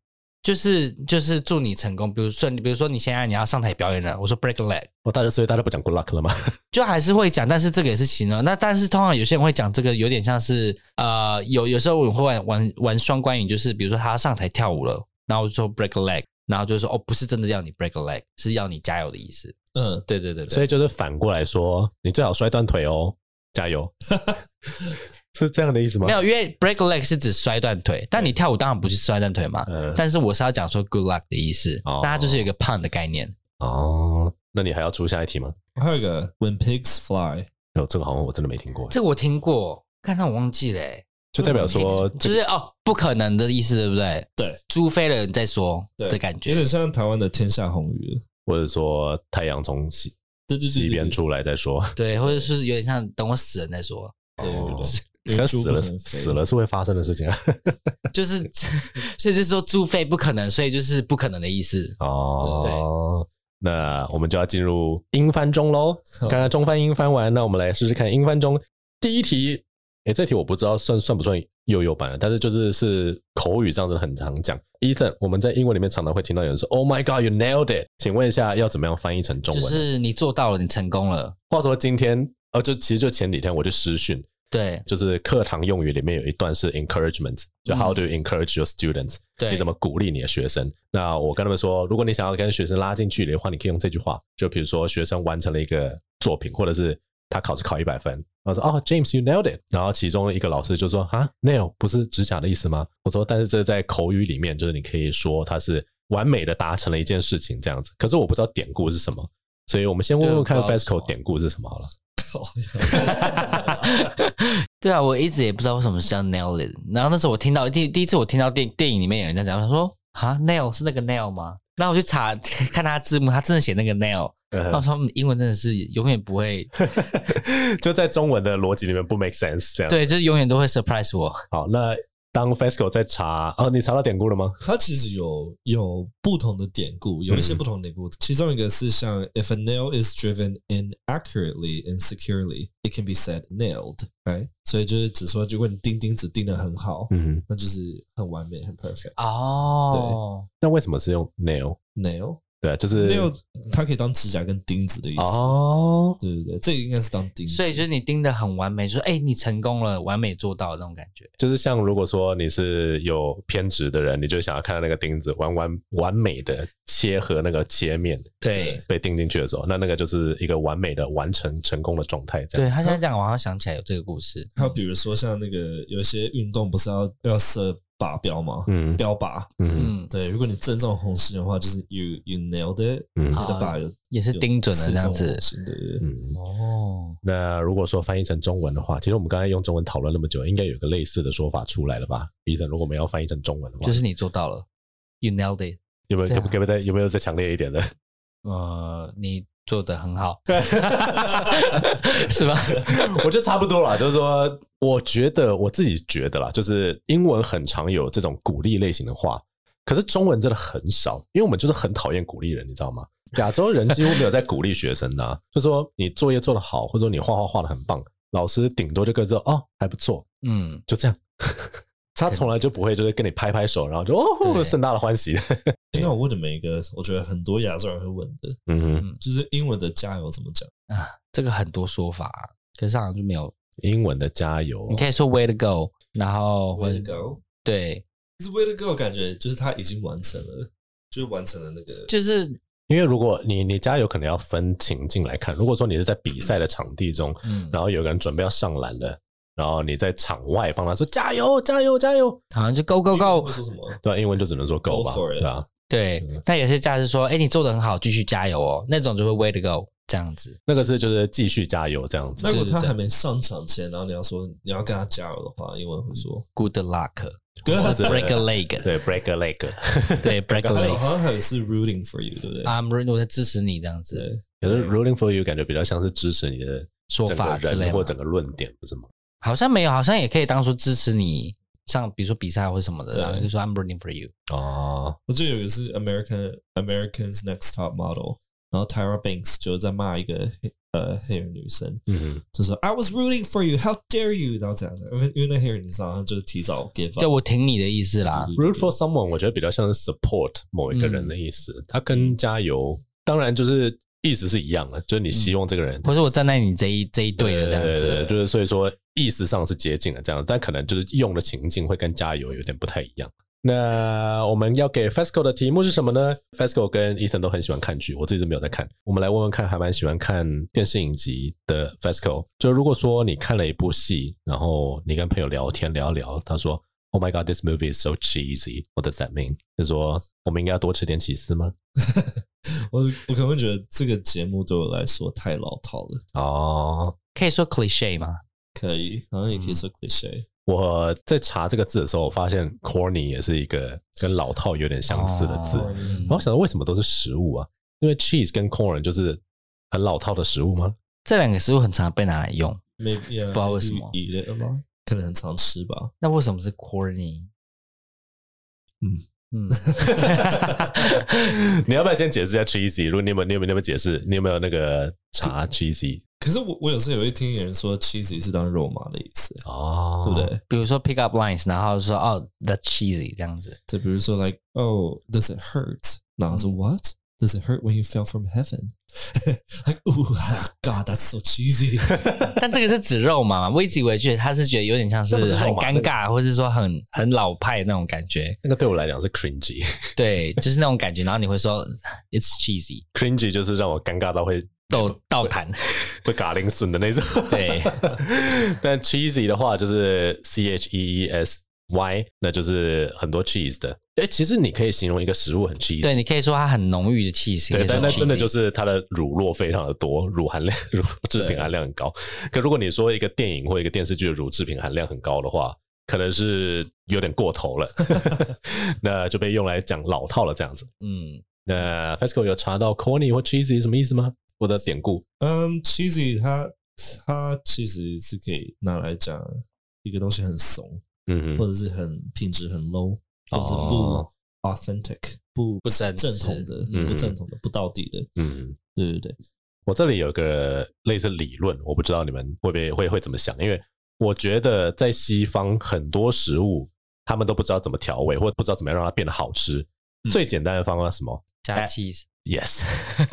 B: 就是就是祝你成功，比如顺利，比如说你现在你要上台表演了，我说 break a leg，
A: 哦，大家所以大家不讲 good luck 了吗？
B: 就还是会讲，但是这个也是形容。那但是通常有些人会讲这个有点像是呃，有有时候我会玩玩玩双关语，就是比如说他上台跳舞了，然后我就说 break a leg，然后就说哦，不是真的要你 break a leg，是要你加油的意思。
C: 嗯，
B: 对对对对，
A: 所以就是反过来说，你最好摔断腿哦，加油， 是这样的意思吗？
B: 没有，因为 break a leg 是指摔断腿，但你跳舞当然不是摔断腿嘛。
A: 嗯
B: 但是我是要讲说 good luck 的意思，
A: 哦
B: 那它就是有一个 pun 的概念。
A: 哦，那你还要出下一题吗？
C: 还有一个 when pigs fly，
A: 哦，这个好像我真的没听过，
B: 这个我听过，但那我忘记了欸、
A: 就代表说这
B: 就是哦，不可能的意思，对不对？
C: 对，
B: 猪飞了你再说
C: 对
B: 的感觉
C: 有。点像台湾的天下红鱼，
A: 或者说太阳从西
C: 这就是
A: 西边出来再说，
B: 对，或者是有点像等我死了再说，
C: 对对对
A: 可
C: 因为
A: 是
C: 猪
A: 死
C: 不
A: 了
C: 可能飞
A: 死了是会发生的事 情啊。
B: 就是 所以就是说猪飞不可能，所以就是不可能的意思。
A: 哦，那我们就要进入英翻中喽。
C: 好
A: 刚刚中翻英翻完，那我们来试试看英翻中第一题。诶，这题我不知道算算不算幼幼版啊了，但是就是是口语上真的很常讲。Ethan，我们在英文里面常常会听到有人说 “Oh my God, you nailed it”，请问一下要怎么样翻译成中
B: 就
A: 文呢？
B: 是你做到了，你成功了。
A: 话说今天，哦，就其实就前几天我就失训，
B: 对
A: 就是课堂用语里面有一段是 encouragement，就
B: 嗯
A: how do you encourage your students？、
B: 对，
A: 你怎么鼓励你的学生？那我跟他们说，如果你想要跟学生拉近距离的话，你可以用这句话，就比如说学生完成了一个作品，或者是他考试考一百分，然后说哦，James，you nailed it。然后其中一个老师就说啊，nail 不是指甲的意思吗？我说，但是这在口语里面，就是你可以说它是完美的达成了一件事情这样子。可是我不知道典故是什么，所以我们先问问看
B: 对我不知道
A: FESCO 典故是什么好了。
B: 对啊，我一直也不知道为什么是叫 nail it。然后那时候我听到第第一次我听到电电影里面有人在讲，我想说啊 nail 是那个 nail 吗？然后我去查 看他字幕，他真的写那个 nail。然后我说嗯英文真的是永远不会，
A: 就在中文的逻辑里面不 make sense 这样。
B: 对，就是永远都会 surprise 我。
A: 好，那当 FESCO 在查哦，你查到典故了吗？
C: 它其实有有不同的典故，有一些
A: 嗯
C: 不同的典故，其中一个是像 if a nail is driven in accurately and securely, it can be said nailed, right？所以就是只说，如果你钉钉子钉的很好，
A: 嗯，
C: 那就是很完美，很 perfect。
B: 哦，
A: 那为什么是用 nail？
C: nail
A: 对啊，就是
C: nail 它可以当指甲跟钉子的意思，
A: 哦，
C: 对对对，这个应该是当钉子。
B: 所以就是你盯得很完美，说哎、你成功了，完美做到的那种感觉。
A: 就是像如果说你是有偏执的人，你就想要看到那个钉子完完完美的切合那个切面
B: 对，
A: 被钉进去的时候，那那个就是一个完美的完成成功的状态。这
B: 对
A: 样
B: 他现在讲，我好像想起来有这个故事。
C: 还有比如说像那个有一些运动不是要要射靶标吗？
A: 嗯
C: 标靶，
A: 嗯
B: 嗯，
C: 对，如果你正中红心的话，就是 you you nailed it，
A: 嗯
C: 你的靶有
B: 也是盯准了这样子
C: 有刺中红心对对对。
A: 嗯。
B: 哦，
A: 那如果说翻译成中文的话，其实我们刚才用中文讨论那么久，应该有个类似的说法出来了吧？Ethan，如果我们要翻译成中文的话，
B: 就是你做到了，you nailed it。
A: 有没有、
B: 对啊
A: 有没有再有没有再强烈一点的？
B: 呃，你做的很好， 是吧？
A: 我觉得差不多啦，就是说，我觉得我自己觉得啦，就是英文很常有这种鼓励类型的话，可是中文真的很少，因为我们就是很讨厌鼓励人，你知道吗？亚洲人几乎没有在鼓励学生的、啊，就说你作业做得好，或者说你画画画得很棒，老师顶多就跟着哦还不错，
B: 嗯，
A: 就这样。他从来就不会就是跟你拍拍手，然后就
B: 对
A: 哦盛大的欢喜。
C: 诶那我问你们一个，我觉得很多亚洲人会问的，
A: 嗯，
C: 就是英文的加油怎么讲？
B: 啊这个很多说法、可是好像就没有。
A: 英文的加油哦
B: 你，可以说 way to go，然后
C: Way to go
B: 对，
C: 可是 way to go 感觉就是他已经完成了，就是完成了那个，
B: 就是
A: 因为如果你你家有可能要分情境来看，如果说你是在比赛的场地中，
C: 嗯，
A: 然后有个人准备要上篮了，然后你在场外帮他说加油加油加油，
B: 好像就 go go
C: 英文
B: go，
C: 会说什么？
A: 对、啊，英文就只能说 go
C: Go
A: 吧，
C: for it
A: 对啊。
B: 对，
C: 嗯
B: 那有些家是说，哎、你做的很好，继续加油哦，那种就会 way to go 这样子。
A: 那个是就是继续加油这样子
C: 那，如果
B: 对
C: 他
B: 对对
C: 还没上场前，然后你要说你要跟他加油的话，英文会说
B: Good luck,
A: 或
C: “Good”。
A: 者
B: break a leg，
A: 对 break a leg。
B: 对，break a
C: 还有
B: leg。
C: 好像还有是 “rooting for you”，对不对？
B: I'm r 我在支持你这样子
C: 对，
A: 可是 ruling for you 感觉比较像是支持你的
B: 说
A: 整
B: 法
A: 个
B: 之类
A: 人
B: 吗
A: 或整个论点，不是吗？
B: 好像没有，好像也可以当做支持你，像比如说比赛或什么的，
C: 对
B: 然后就说 I'm rooting for you。
A: 哦，
C: 我记得有一个是 “American Americans Next Top Model”，然后 Tyra Banks 就在骂一个黑呃黑人女生，
A: 嗯，
C: 就说 “I was rooting for you, how dare you”，然后这样的，因为因为那黑人女生好像就是提早 give
B: 就
C: up。
B: 我挺你的意思啦，
A: root for someone，我觉得比较像是 support 某一个人的意思，它跟加油当然就是意思是一样的，就是你希望这个人
B: 或者我站在你这一这一队的这样
A: 对对对
B: 子。
A: 就是所以说意思上是接近的这样，但可能就是用的情境会跟加油有点不太一样。那我们要给 FESCO 的题目是什么呢？FESCO 跟 Ethan 都很喜欢看剧，我自己是没有在看。我们来问问看，还蛮喜欢看电视影集的 FESCO。就如果说你看了一部戏，然后你跟朋友聊天聊一聊，他说：“Oh my god, this movie is so cheesy. What does that mean？” 就说我们应该要多吃点起司吗？
C: 我我可能会觉得这个节目对我来说太老套了，
A: 哦，
B: 可以说 cliche 吗？
C: 可以，好像也可以说 cliche。
A: 我在查这个字的时候，我发现 corny 也是一个跟老套有点相似的字。
B: 哦嗯
A: 然后想到为什么都是食物啊？因为 cheese 跟 corn 就是很老套的食物吗？
B: 这两个食物很常被拿来用，
C: Maybe, yeah,
B: 不知道为什么
C: maybe you eat it a lot，可能很常吃吧。
B: 那为什么是 corny？
C: 嗯
B: 嗯，
A: 你要不要先解释一下 cheesy？如果你有没有你有没有你有没有解释？你有没有那个查 cheesy？
C: 可是我我有时候也会听有人说 cheesy 是当肉麻的意思，
A: 哦，
C: 对不？对？
B: 比如说 pick up lines，然后说哦 that cheesy 这样子。
C: 就比如说 like oh does it hurt？然后说 what does it hurt when you fell from heaven？like oh god that's so cheesy
B: 但这个是指肉麻嘛？我一直以为觉得他是觉得有点像是
A: 那不是肉麻
B: 很尴尬，或是说很很老派那种感觉。
A: 那个对我来讲是 cringy，cringy
B: 对，就是那种感觉。然后你会说 it's cheesy，
A: 就是让我尴尬到会
B: 倒倒谈。
A: 会嘎铃损的那 种。
B: 对，
A: 但 cheesy 的话就是 c h e e s y，那就是很多 cheese 的。哎，其实你可以形容一个食物很 cheesy，
B: 对，你可以说它很浓郁的气息。
A: 对，
B: 可以说
A: 但那真的
B: cheesy
A: 就是它的乳酪非常的多，乳含量、 乳制品含量很高。可如果你说一个电影或一个电视剧的乳制品含量很高的话，可能是有点过头 了，那就被用来讲老套了这样子。
B: 嗯，
A: 那 FESCO 有查到 corny 或 cheesy 是什么意思吗？我的典故
C: 嗯、cheesy 它它其实是可以拿来讲一个东西很怂，
A: 嗯
C: 或
A: 哼，
C: 者是很品质很 low，或者是
A: 哦
C: 不 authentic 不
B: 不真
C: 正
B: 实
C: 统的、
A: 嗯
C: 不正统的、不到底的，
A: 嗯。
C: 对对对。
A: 我这里有个类似理论，我不知道你们会不会会会怎么想，因为我觉得在西方很多食物他们都不知道怎么调味，或者不知道怎么样让它变得好吃。
C: 嗯
A: 最简单的方法是什么？
B: 加 cheese，
A: Yes，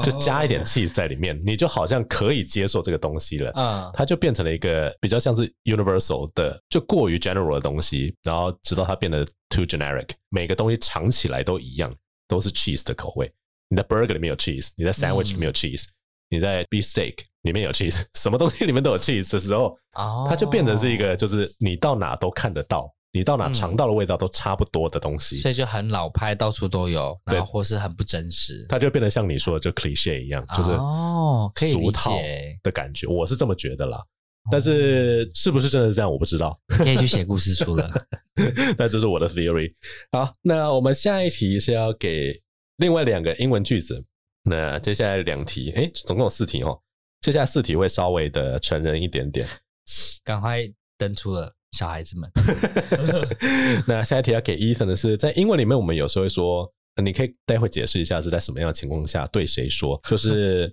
A: 就 加一点 cheese 在里面，你就好像可以接受这个东西了。
B: 嗯，
A: 它就变成了一个比较像是 universal 的，就过于 general 的东西，然后直到它变得 too generic，每个东西尝起来都一样，都是 cheese 的口味。你在 burger 里面有 cheese，你在 sandwich
B: 嗯
A: 里面有 cheese，、你在 beef steak 里面有 cheese，什 么东西里面都有 cheese 的时候，
B: 哦，
A: 它就变成是一，个就是你到哪都看得到，你到哪
B: 嗯
A: 尝到的味道都差不多的东西。
B: 所以就很老派，到处都有，
A: 对
B: 然后或是很不真实。
A: 它就变得像你说的，就 cliche 一样，就是
B: 哦，可以理
A: 俗套
B: 解，哦
A: 的感觉，我是这么觉得啦。但是是不是真的是这样，我不知道。
B: 嗯可以去写故事书了。
A: 那这是我的 theory。好，那我们下一题是要给另外两个英文句子。那接下来两题，诶，总共有四题哦。接下来四题会稍微的成人一 点点。
B: 赶快登出了，小孩子们。
A: 那下一题要给 Ethan 的是，在英文里面，我们有时候会说，呃你可以待会解释一下是在什么样的情况下对谁说，就是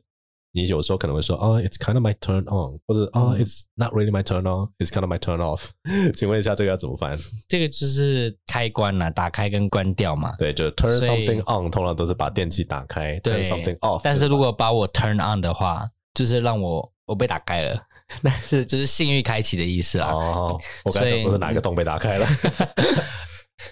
A: 你有时候可能会说，哦、i t s kind of my turn on，或者哦、i
B: 嗯
A: t s not really my turn on，it's kind of my turn off。请 问一下，这个要怎么翻？
B: 这个就是开关啦、打开跟关掉嘛。
A: 对，就是 turn
B: 所以
A: something on，通常都是把电器打开
B: 对
A: ，turn something off。
B: 但是如
A: 果
B: 果把我 turn on 的话，就是让我我被打开了，但 是就是性欲开启的意思啦。啊
A: 哦，我刚才想说是哪个洞被打开了？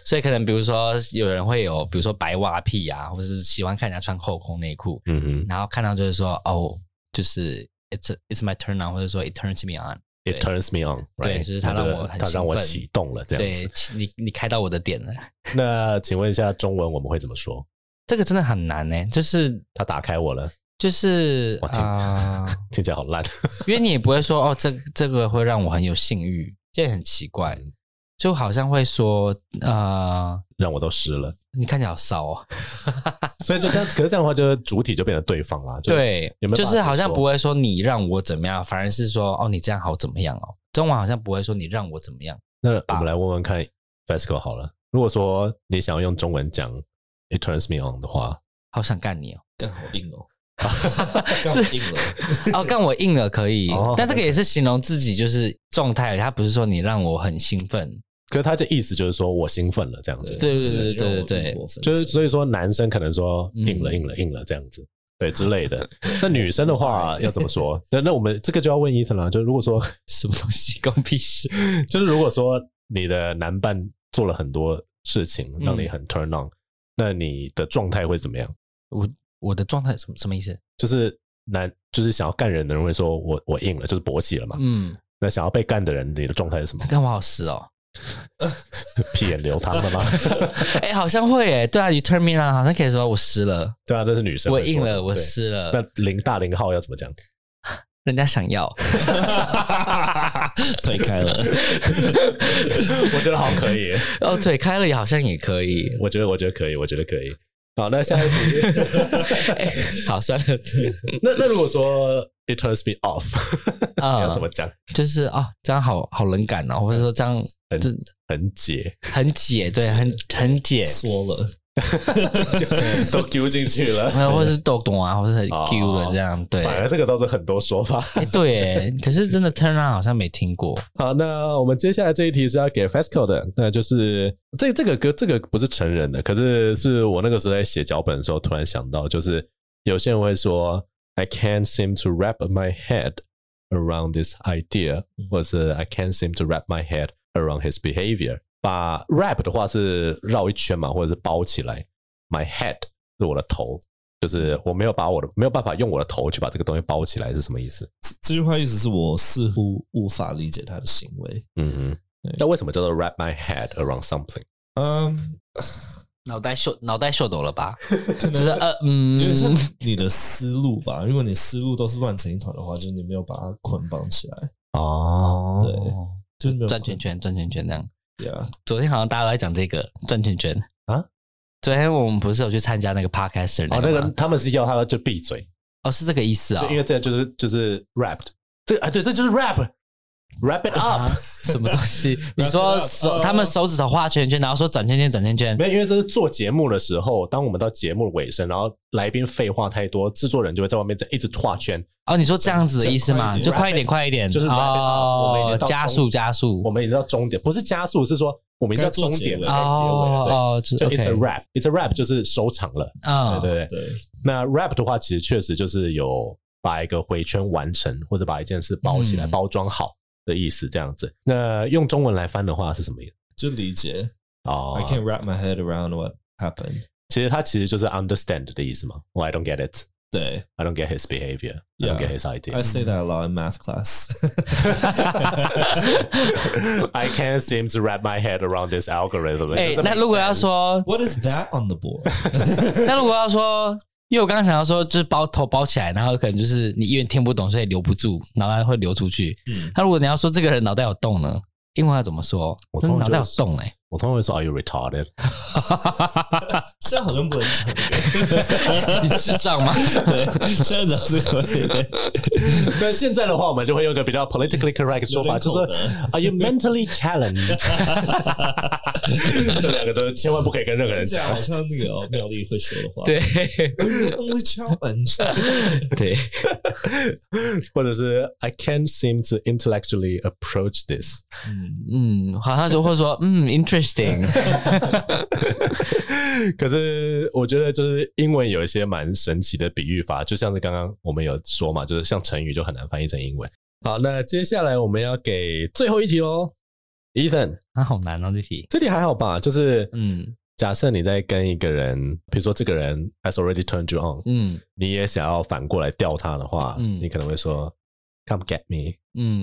B: 所以可能比如说有人会有，比如说白袜癖啊，或者是喜欢看人家穿后空内裤，
A: 嗯 哼
B: 然后看到就是说哦，就是 it's it's my turn on，或者说 it turns me on，
A: ，It turns me on，
B: 对
A: right？
B: 就是它让我很
A: 它让我
B: 兴奋
A: 启动了这样
B: 对
A: 子。
B: 你你开到我的点了，
A: 那请问一下，中文我们会怎么说？
B: 这个真的很难呢、就是
A: 他打开我了，
B: 就是
A: 我听
B: 啊、
A: 听起来好烂。
B: 因为你也不会说哦，这个这个会让我很有性欲，这也很奇怪，就好像会说呃，
A: 让我都湿了。
B: 你看起来好骚哦，
A: 所以就这样，可是这样的话，就是主体就变成对方啦。就是，
B: 对
A: 有没有，
B: 就
A: 办法
B: 是
A: 这么
B: 好像
A: 说
B: 不会说你让我怎么样，反而是说哦你这样好怎么样哦，中文好像不会说你让我怎么样，
A: 那我们来问问看 Fesco 好了。如果说你想要用中文讲 It turns me on 的话，
B: 好想干你哦，
C: 干好硬哦，干好硬哦，
B: 哦干我硬了可以
A: 哦，
B: 但这个也是形容自己就是状态，它不是说你让我很兴奋，
A: 可是他的意思就是说我兴奋了这样子。
B: 对对对对对对
A: 就是所以说男生可能说
B: 嗯
A: 硬了硬了硬了这样子，对之类的。那女生的 话要怎么说？那那我们这个就要问伊森了。就如果说，
B: 什么东西关屁事，
A: 就是如果说你的男伴做了很多事情
B: 嗯
A: 让你很 turn on，、那你的状态会怎么样？
B: 我我的状态什么什么意思？
A: 就是男就是想要干人的人会说我我硬了，就是勃起了嘛。
B: 嗯，
A: 那想要被干的人，你的状态是什么
B: 他？干我好湿哦。
A: 屁眼流淌了吗？
B: 哎、好像会哎、对啊，you turn me on，好像可以说我湿了，
A: 对啊，这是女生
B: 我
A: 会说的。
B: 硬了，我
A: 对。
B: 湿了，
A: 那零大零号要怎么 讲？
B: 人家想要，
C: 推开了，
A: 我觉得好可以。
B: 哦， 腿开了也好像也可以，
A: 我觉得，我觉得可以，我觉得可以。好，那下一题。
B: 哎、好算 了，
A: 那那如果说 it turns me off，
B: 啊
A: 要怎么讲？
B: 就是啊、这样好好冷感哦，或者说这样
A: 很
B: 这
A: 很解，
B: 很解，对，很 很解，
C: 缩了，
A: 都丢进去了。
B: 然后或者是抖动啊，或者是
A: 哦
B: Q 了这样， 对，
A: 反而这个倒是很多说法。
B: 哎、对哎，可是真的 turn on 好像没听过，
A: 好，那我们接下来这一题是要给 Fesco 的，那就是这这个歌，这个不是成人的，可是是我那个时候在写脚本的时候突然想到，就是有些人会说 I can't seem to wrap my head around this idea，或者是 I can't seem to wrap my head around his behavior。把 wrap 的话是绕一圈嘛，或者是包起来，my head 是我的头。就是我没有把我的没有办法用我的头去把这个东西包起来是什么意思？
C: 这这句话意思是我似乎无法理解他的行为。
A: 嗯哼
C: 对，
A: 那为什么叫做 wrap my head around something？
C: 嗯，
B: 脑袋秀脑袋秀抖了 吧？就是呃嗯
C: 有点像你的思路吧。如果你思路都是乱成一团的话，就是你没有把它捆绑起来，
A: 哦，
C: 对就是没有
B: 转圈圈转圈圈那样。
C: 对啊。
B: 昨天好像大家都在讲这个转圈圈
A: 啊。
B: 昨天我们不是有去参加那个 podcaster 那
A: 哦，那
B: 个
A: 个
B: 吗？
A: 他们是要他就闭嘴，
B: 哦，是这个意思啊
A: 就因？为这就是就是 wrapped，这个啊对，这就是 wrap，wrap it up，
B: 啊什么东 西？你说手他们手指头画圈圈，然后说转圈圈转圈圈
A: 呃没，有，因为这是做节目的时候，当我们到节目尾声，然后来宾废话太多，制作人就会在外面在一直画圈。
B: 哦？你说这样子的意思吗？
C: 就
B: 就快一点，快一点，
A: 就是我们已经
B: 哦，
A: 到
B: 加速加
A: 我
B: 速。
A: 们已经到终点，不是加速，是说我们已经到终点了，
C: 该
A: 该结尾了。
B: 哦
A: 对
B: 哦，
A: 就
B: 就
A: it's
B: OK，
A: a wrap，it's a wrap 就是收场了，
B: 嗯
A: 对对对。
C: 对，
A: 那 wrap 的话，其实确实就是有把一个回圈完成，或者把一件事包起来、
B: 嗯
A: 包装好的意思，这样子。那用中文来翻的话是什么意思？
C: 就理解。
A: 哦
C: I can't wrap my head around what happened。
A: 其实它其实就是 understand 的意思嘛。Well, I don't get it.
C: 对
A: I don't get his behavior. I don't
C: Yeah.
A: get his idea.
C: ，I say that a lot in math class。
A: I can't seem to wrap my head around this algorithm.
B: 哎
A: It doesn't，
B: 那
A: make
B: 如果要
A: sense.
B: 说，
C: What is that on the board？
B: 那如果要说，因为我刚刚想要说，就是包头包起来，然后可能就是你因为听不懂，所以留不住，脑袋会流出去。
C: 嗯
B: 那如果你要说这个人脑袋有洞呢？英文要怎么说？
A: 我
B: 真
A: 通
B: 的脑
A: 常就
B: 袋有
A: 是
B: 洞 哎、
A: 我通常会说 Are you retarded？
C: 现在好像不能讲这
B: 你智 障吗？
C: 个，对，现在讲这个有点
A: 那现在的话，我们就会用一个比较 politically correct 说法，就是
C: 有点口
A: Are you mentally challenged？这两个都千万不可以跟任何人
C: 这样
A: 讲
C: 好。像那个哦妙丽会说的话。
B: 对
C: ，Only challenge。
B: 对，
A: 或者是 I can't seem to intellectually approach this。
C: 嗯，
B: 嗯，好像就会 说，嗯，interesting，
A: 可是我觉得就是英文有一些蛮神奇的比喻法，就像是刚刚我们有说嘛，就是像成语就很难翻译成英文。好，那接下来我们要给最后一题喽。 Ethan，
B: 那好难哦，这题。
A: 这题还好吧？就是
B: 嗯
A: 假设你在跟一个人，比如说这个人 has already turned you on，
B: 嗯
A: 你也想要反过来钓他的话，
B: 嗯
A: 你可能会说 Come get me，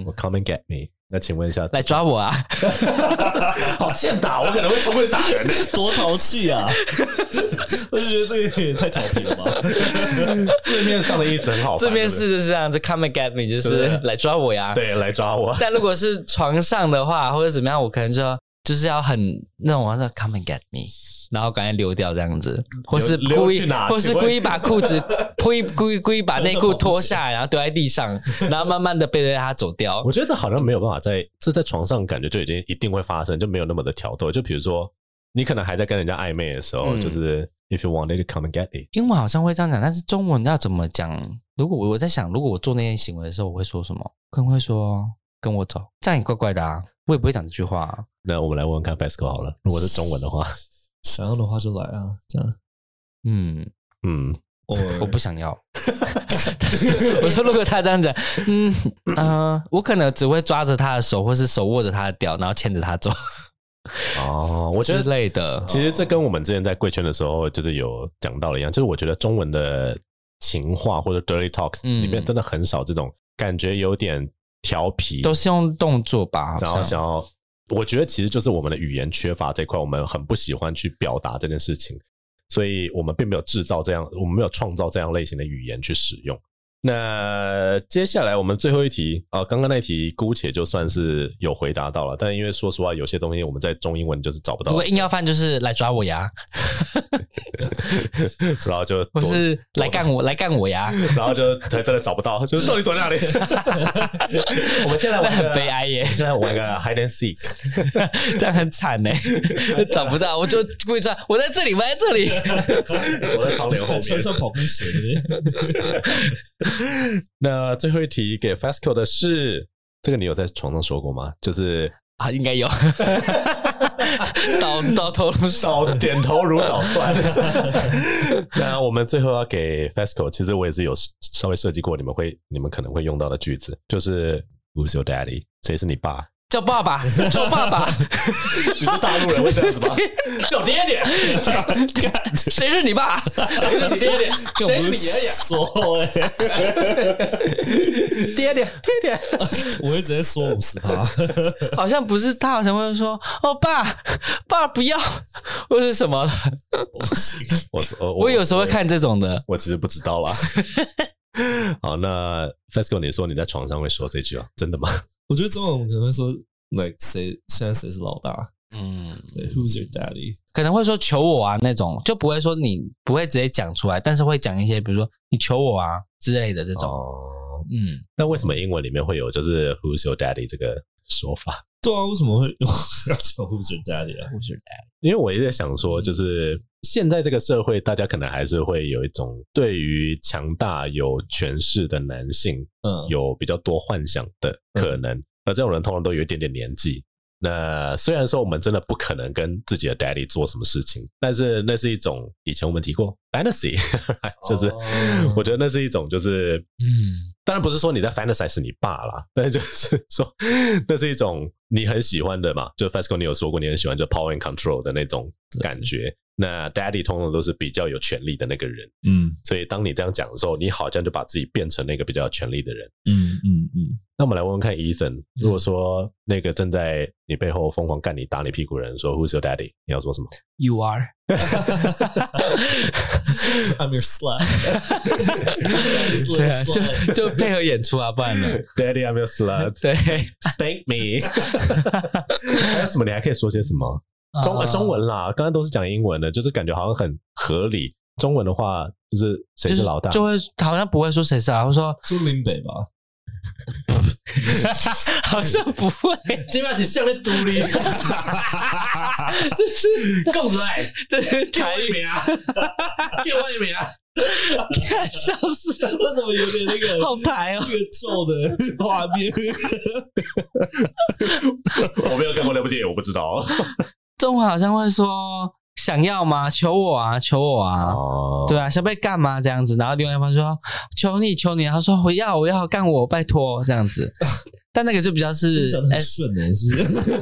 A: 我
B: 嗯，
A: come and get me。那请问一下，
B: 来抓我啊！
A: 好欠打，我可能会冲过去打人。
C: 多淘气啊！ 我就觉得这个也太调皮了吧。
A: 字面上的意思 很好，
B: 这边
A: 对
B: 是就是这样，就 come and get me，就是
A: 对
B: 来抓我呀
A: 不。对对来 抓我，
B: 但如果是床上的话，或者怎么样，我可能就就是要很那种，我说 come and get me，然后赶快溜掉这样子，或是
A: 嗯溜
B: 故意
A: 去哪，
B: 或是
A: 请问
B: 故意把裤子， 故意故意故意把内裤脱下来，然后丢在地 上，然后慢慢的背着他走掉
A: 我。觉得这好像没有办法在这在床上感觉就已经一定会发生，就没有那么的挑逗。就比如说，你可能还在跟人家暧昧的时候，
B: 嗯
A: 就是 if you wanted to come and get it，
B: 英文好像会这样讲，但是中文要怎么讲？如果我我在想，如果我做那些行为的时候，我会说什么？更会说跟我走，这样也怪怪的啊。我也不会讲这句话、啊。
A: 那我们来问问看 Basco 好了。如果是中文的话，
C: 想要的话就来啊，这样。
B: 嗯，
A: 嗯，
C: 我
B: 我不想要。 我说，如果他这样子，嗯呃，我可能只会抓着他的手，或是手握着他的屌，然后牵着他走
A: 哦，我觉
B: 之
A: 得
B: 类的。哦
A: 其实这跟我们之前在贵圈的时候就是有讲到的一样，就是我觉得中文的情话或者 dirty talks
B: 嗯
A: 里面真的很少这种感觉有点调皮，
B: 都是用动作吧，
A: 然
B: 好
A: 后
B: 像。
A: 想要，我觉得其实就是我们的语言缺乏这块，我们很不喜欢去表达这件事情，所以我们并没有制造这样，我们没有创造这样类型的语言去使用。那接下来我们最后一题啊，呃刚刚那题姑且就算是有回答到了，但因为说实话，有些东西我们在中英文就是找不
B: 如
A: 到
B: 果，硬要犯，就是来抓我呀，
A: 然后就
B: 或
A: 躲
B: 是来干我，来干我呀，
A: 然后就真的找不到，就是到底躲在哪里？ 我啊们现在
B: 那
A: 玩
B: 很
A: 个
B: 悲，哀耶，
A: 现在玩个 hide and seek，
B: 这样很惨呢， 找不到，我就故意抓，我在这里，我在这里。
A: 躲在窗帘后面，
C: 穿上跑步鞋的
A: 那最后一题给 Fasco 的是，这个你有在床上说过吗？就是
B: 啊，应该有， 到到头颅上。
A: 少点头如捣蒜。 那我们最后要给 Fasco，其实我也是有稍微设计过你们会、你们可能会用到的句子，就是 Who's your daddy？谁是你爸？
B: 叫爸 爸，叫爸爸，
A: 你是大陆人会这样子吗？叫爹爹，
B: 谁是你爸？
A: 你爹爹，谁是你爷爷？
C: 说哎，
A: 爹爹，爹爹。
C: 我会直接说五十趴。
B: 好像不是他，好像会说：“哦，爸，爸不要，或者什么。
A: 我”我
B: 我有时候会看这种的，
A: 我其实不知道啦。 好，那 Fasco，你说你在床上会说这句啊？真的吗？
C: 我觉得中文我们可能会说，like 谁现在谁是老大
B: 嗯，
C: 对，Who's your daddy？
B: 可能会说“求我啊”那种，就不会说你不会直接讲出来，但是会讲一些，比如说“你求我啊”之类的这种。
A: 哦，
B: 嗯，
A: 那为什么英文里面会有就是 Who's your daddy 这个说法？
C: 对啊，为什么会用要叫 Who's your daddy 啊？
B: 不是
A: 因为我一直在想说，
B: 嗯
A: 就是现在这个社会，大家可能还是会有一种对于强大有权势的男性
C: 嗯，
A: 有比较多幻想的可能，而这种人通常都有一点点年纪。那虽然说我们真的不可能跟自己的 daddy 做什么事情，但是那是一种以前我们提过 fantasy，就是、
C: 哦
A: 我觉得那是一种就是
B: 嗯，
A: 当然不是说你在 fantasize 你爸啦，但就是说，那是一种你很喜欢的嘛。就 Fasco，你有说过你很喜欢就 power and control 的那种感觉。那 daddy 通常都是比较有权力的那个人，
C: 嗯
A: 所以当你这样讲的时候，你好像就把自己变成那个比较有权力的人。
C: 嗯嗯嗯，
A: 那我们来问问看 Ethan，如果说那个正在你背后疯狂干你、打你屁股的人说 Who's your daddy？你要说什么？
B: You are，
C: I'm your slut. Daddy's
B: 对
C: little
B: 啊，
C: slut.
B: 就就配合演出啊，不然呢？
A: Daddy, I'm your slut.
B: 对，
A: Spank me. 还有什么？你还可以说些什么？中、呃中文啦，刚刚都是讲英文的，就是感觉好像很合理。中文的话，就是谁是 老大？
B: 就会好像不会说谁是老大，会说
C: 说林北吧，
B: 好像不会，
C: 起码是向你独立，
B: 这是
C: 共子爱，
B: 这是
A: 哎
B: 台语，
C: 名啊，给我一名啊，
B: 看笑死，
C: 为什么有点那个
B: 好台哦
C: 那。个皱的画面？
A: 我没有看过那部电影，我不知道。
B: 中文好像会说想要吗？求我啊，求我啊。
A: 哦，
B: 对啊，想被干嘛这样子？然后另外一方说：“求你，求你。”他说：“我要，我要干我，拜托这样子。”但那个就比较 是
C: 讲的
B: 哎、
C: 很顺的、是不是？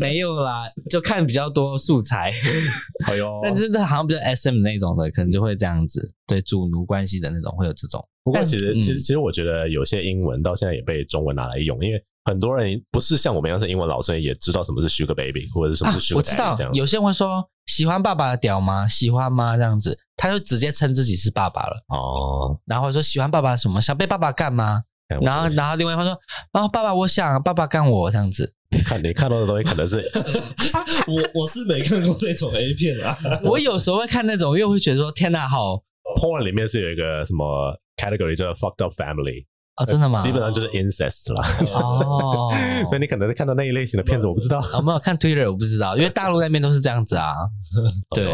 B: 没有啦，就看比较多素材，
A: 哎呦
B: 但就是好像比较 SM 那种的，可能就会这样子，对主奴关系的那种会有这种。
A: 不过
B: 但
A: 其实、
B: 嗯
A: 其实其实我觉得有些英文到现在也被中文拿来用，因为很多人不是像我们一样是英文老师，也知道什么是 sugar baby 或者是什么是 sugar
B: 啊我知
A: daddy、
B: 道
A: 这样子。
B: 有些人会说喜欢爸爸的屌吗？喜欢吗？这样子，他就直接称自己是爸爸了，
A: 哦，
B: 然后说喜欢爸爸什么？想被爸爸干吗？
A: 看我
B: 然后
A: 这个
B: 然后另外一方说啊、爸爸我想爸爸干我这样 子，
A: 看你看到的东西可能是
B: 哎
C: 我我是没看过那种 A 片啊，
B: 我有时候会看那种，又会觉得说天哪，好
A: porn 里面是有一个什么 category 叫 fucked up family，、
B: 哦，真的吗？
A: 基本上就是 incest 啦。。
B: 哦
A: 所以你可能看到那一类型的片子，我不知道。
B: 我没有看 Twitter，我不知道，因为大陆那边都是这样子啊。对，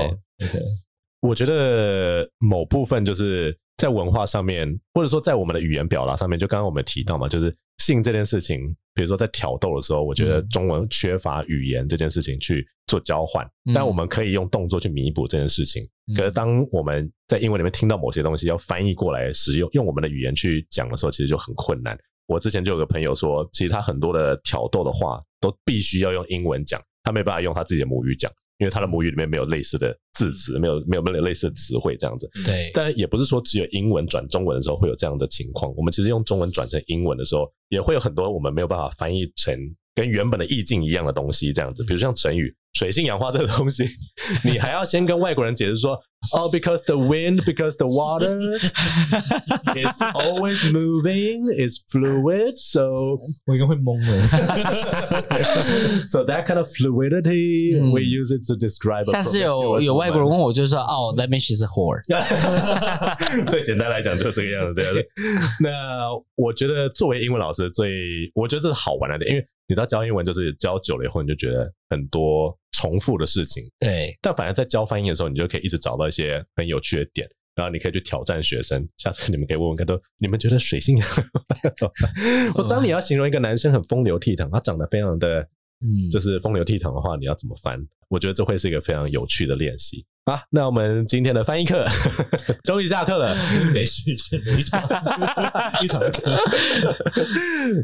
A: 我觉得某部分就是在文化上面，或者说在我们的语言表达上面，就刚刚我们提到嘛，就是性这件事情，比如说在挑逗的时候，我觉得
B: 嗯
A: 中文缺乏语言这件事情去做交换，
B: 嗯
A: 但我们可以用动作去弥补这件事情。可是当我们在英文里面听到某些东西要翻译过来使用，用我们的语言去讲的时候，其实就很困难。我之前就有个朋友说，其实他很多的挑逗的话都必须要用英文讲，他没办法用他自己的母语讲，因为他的母语里面没有类似的字词，没有没有没有类似的词汇这样子。
B: 嗯对，
A: 但也不是说只有英文转中文的时候会有这样的情况，我们其实用中文转成英文的时候，也会有很多我们没有办法翻译成跟原本的意境一样的东西，这样子，比如像成语“水性杨花”这个东西，你还要先跟外国人解释说，哦、b e c a u s e the wind, because the water is always moving, is fluid, so
C: 我应该会懵的。
A: so that kind of fluidity、
B: 嗯
A: we use it to describe. a
B: 下次有
A: promiscuous
B: 有外国人
A: woman
B: 问我，就说哦，That means she's a whore。
A: 最简单来讲就是这个样子，对啊对。 那我觉得作为英文老师最，我觉得这是好玩的点，因为你知道教英文就是教久了以后，你就觉得很多重复的事情，
B: 对，
A: 但反而在教翻译的时候，你就可以一直找到一些很有趣的点。然后你可以去挑战学生，下次你们可以问问看，都你们觉得水性杨花要怎么办？ 我当你要形容一个男生很风流倜傥，他长得非常的
B: 嗯，
A: 就是风流倜傥的话，你要怎么翻？我觉得这会是一个非常有趣的练习啊！那我们今天的翻译课 终于下课了。
C: 没事，选了一堂一堂课。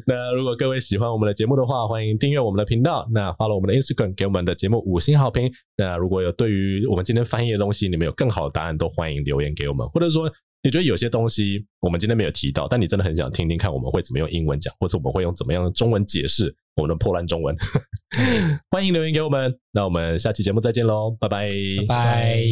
A: 那如果各位喜欢我们的节目的话，欢迎订阅我们的频道，那 follow 我们的 Instagram，给我们的节目五星好评。那如果有对于我们今天翻译的东西，你们有更好的答案，都欢迎留言给我们，或者说。你觉得有些东西我们今天没有提到，但你真的很想听听看我们会怎么用英文讲，或者我们会用怎么样的中文解释我们的破烂中文？ 欢迎留言给我们，那我们下期节目再见喽，拜拜
B: 拜。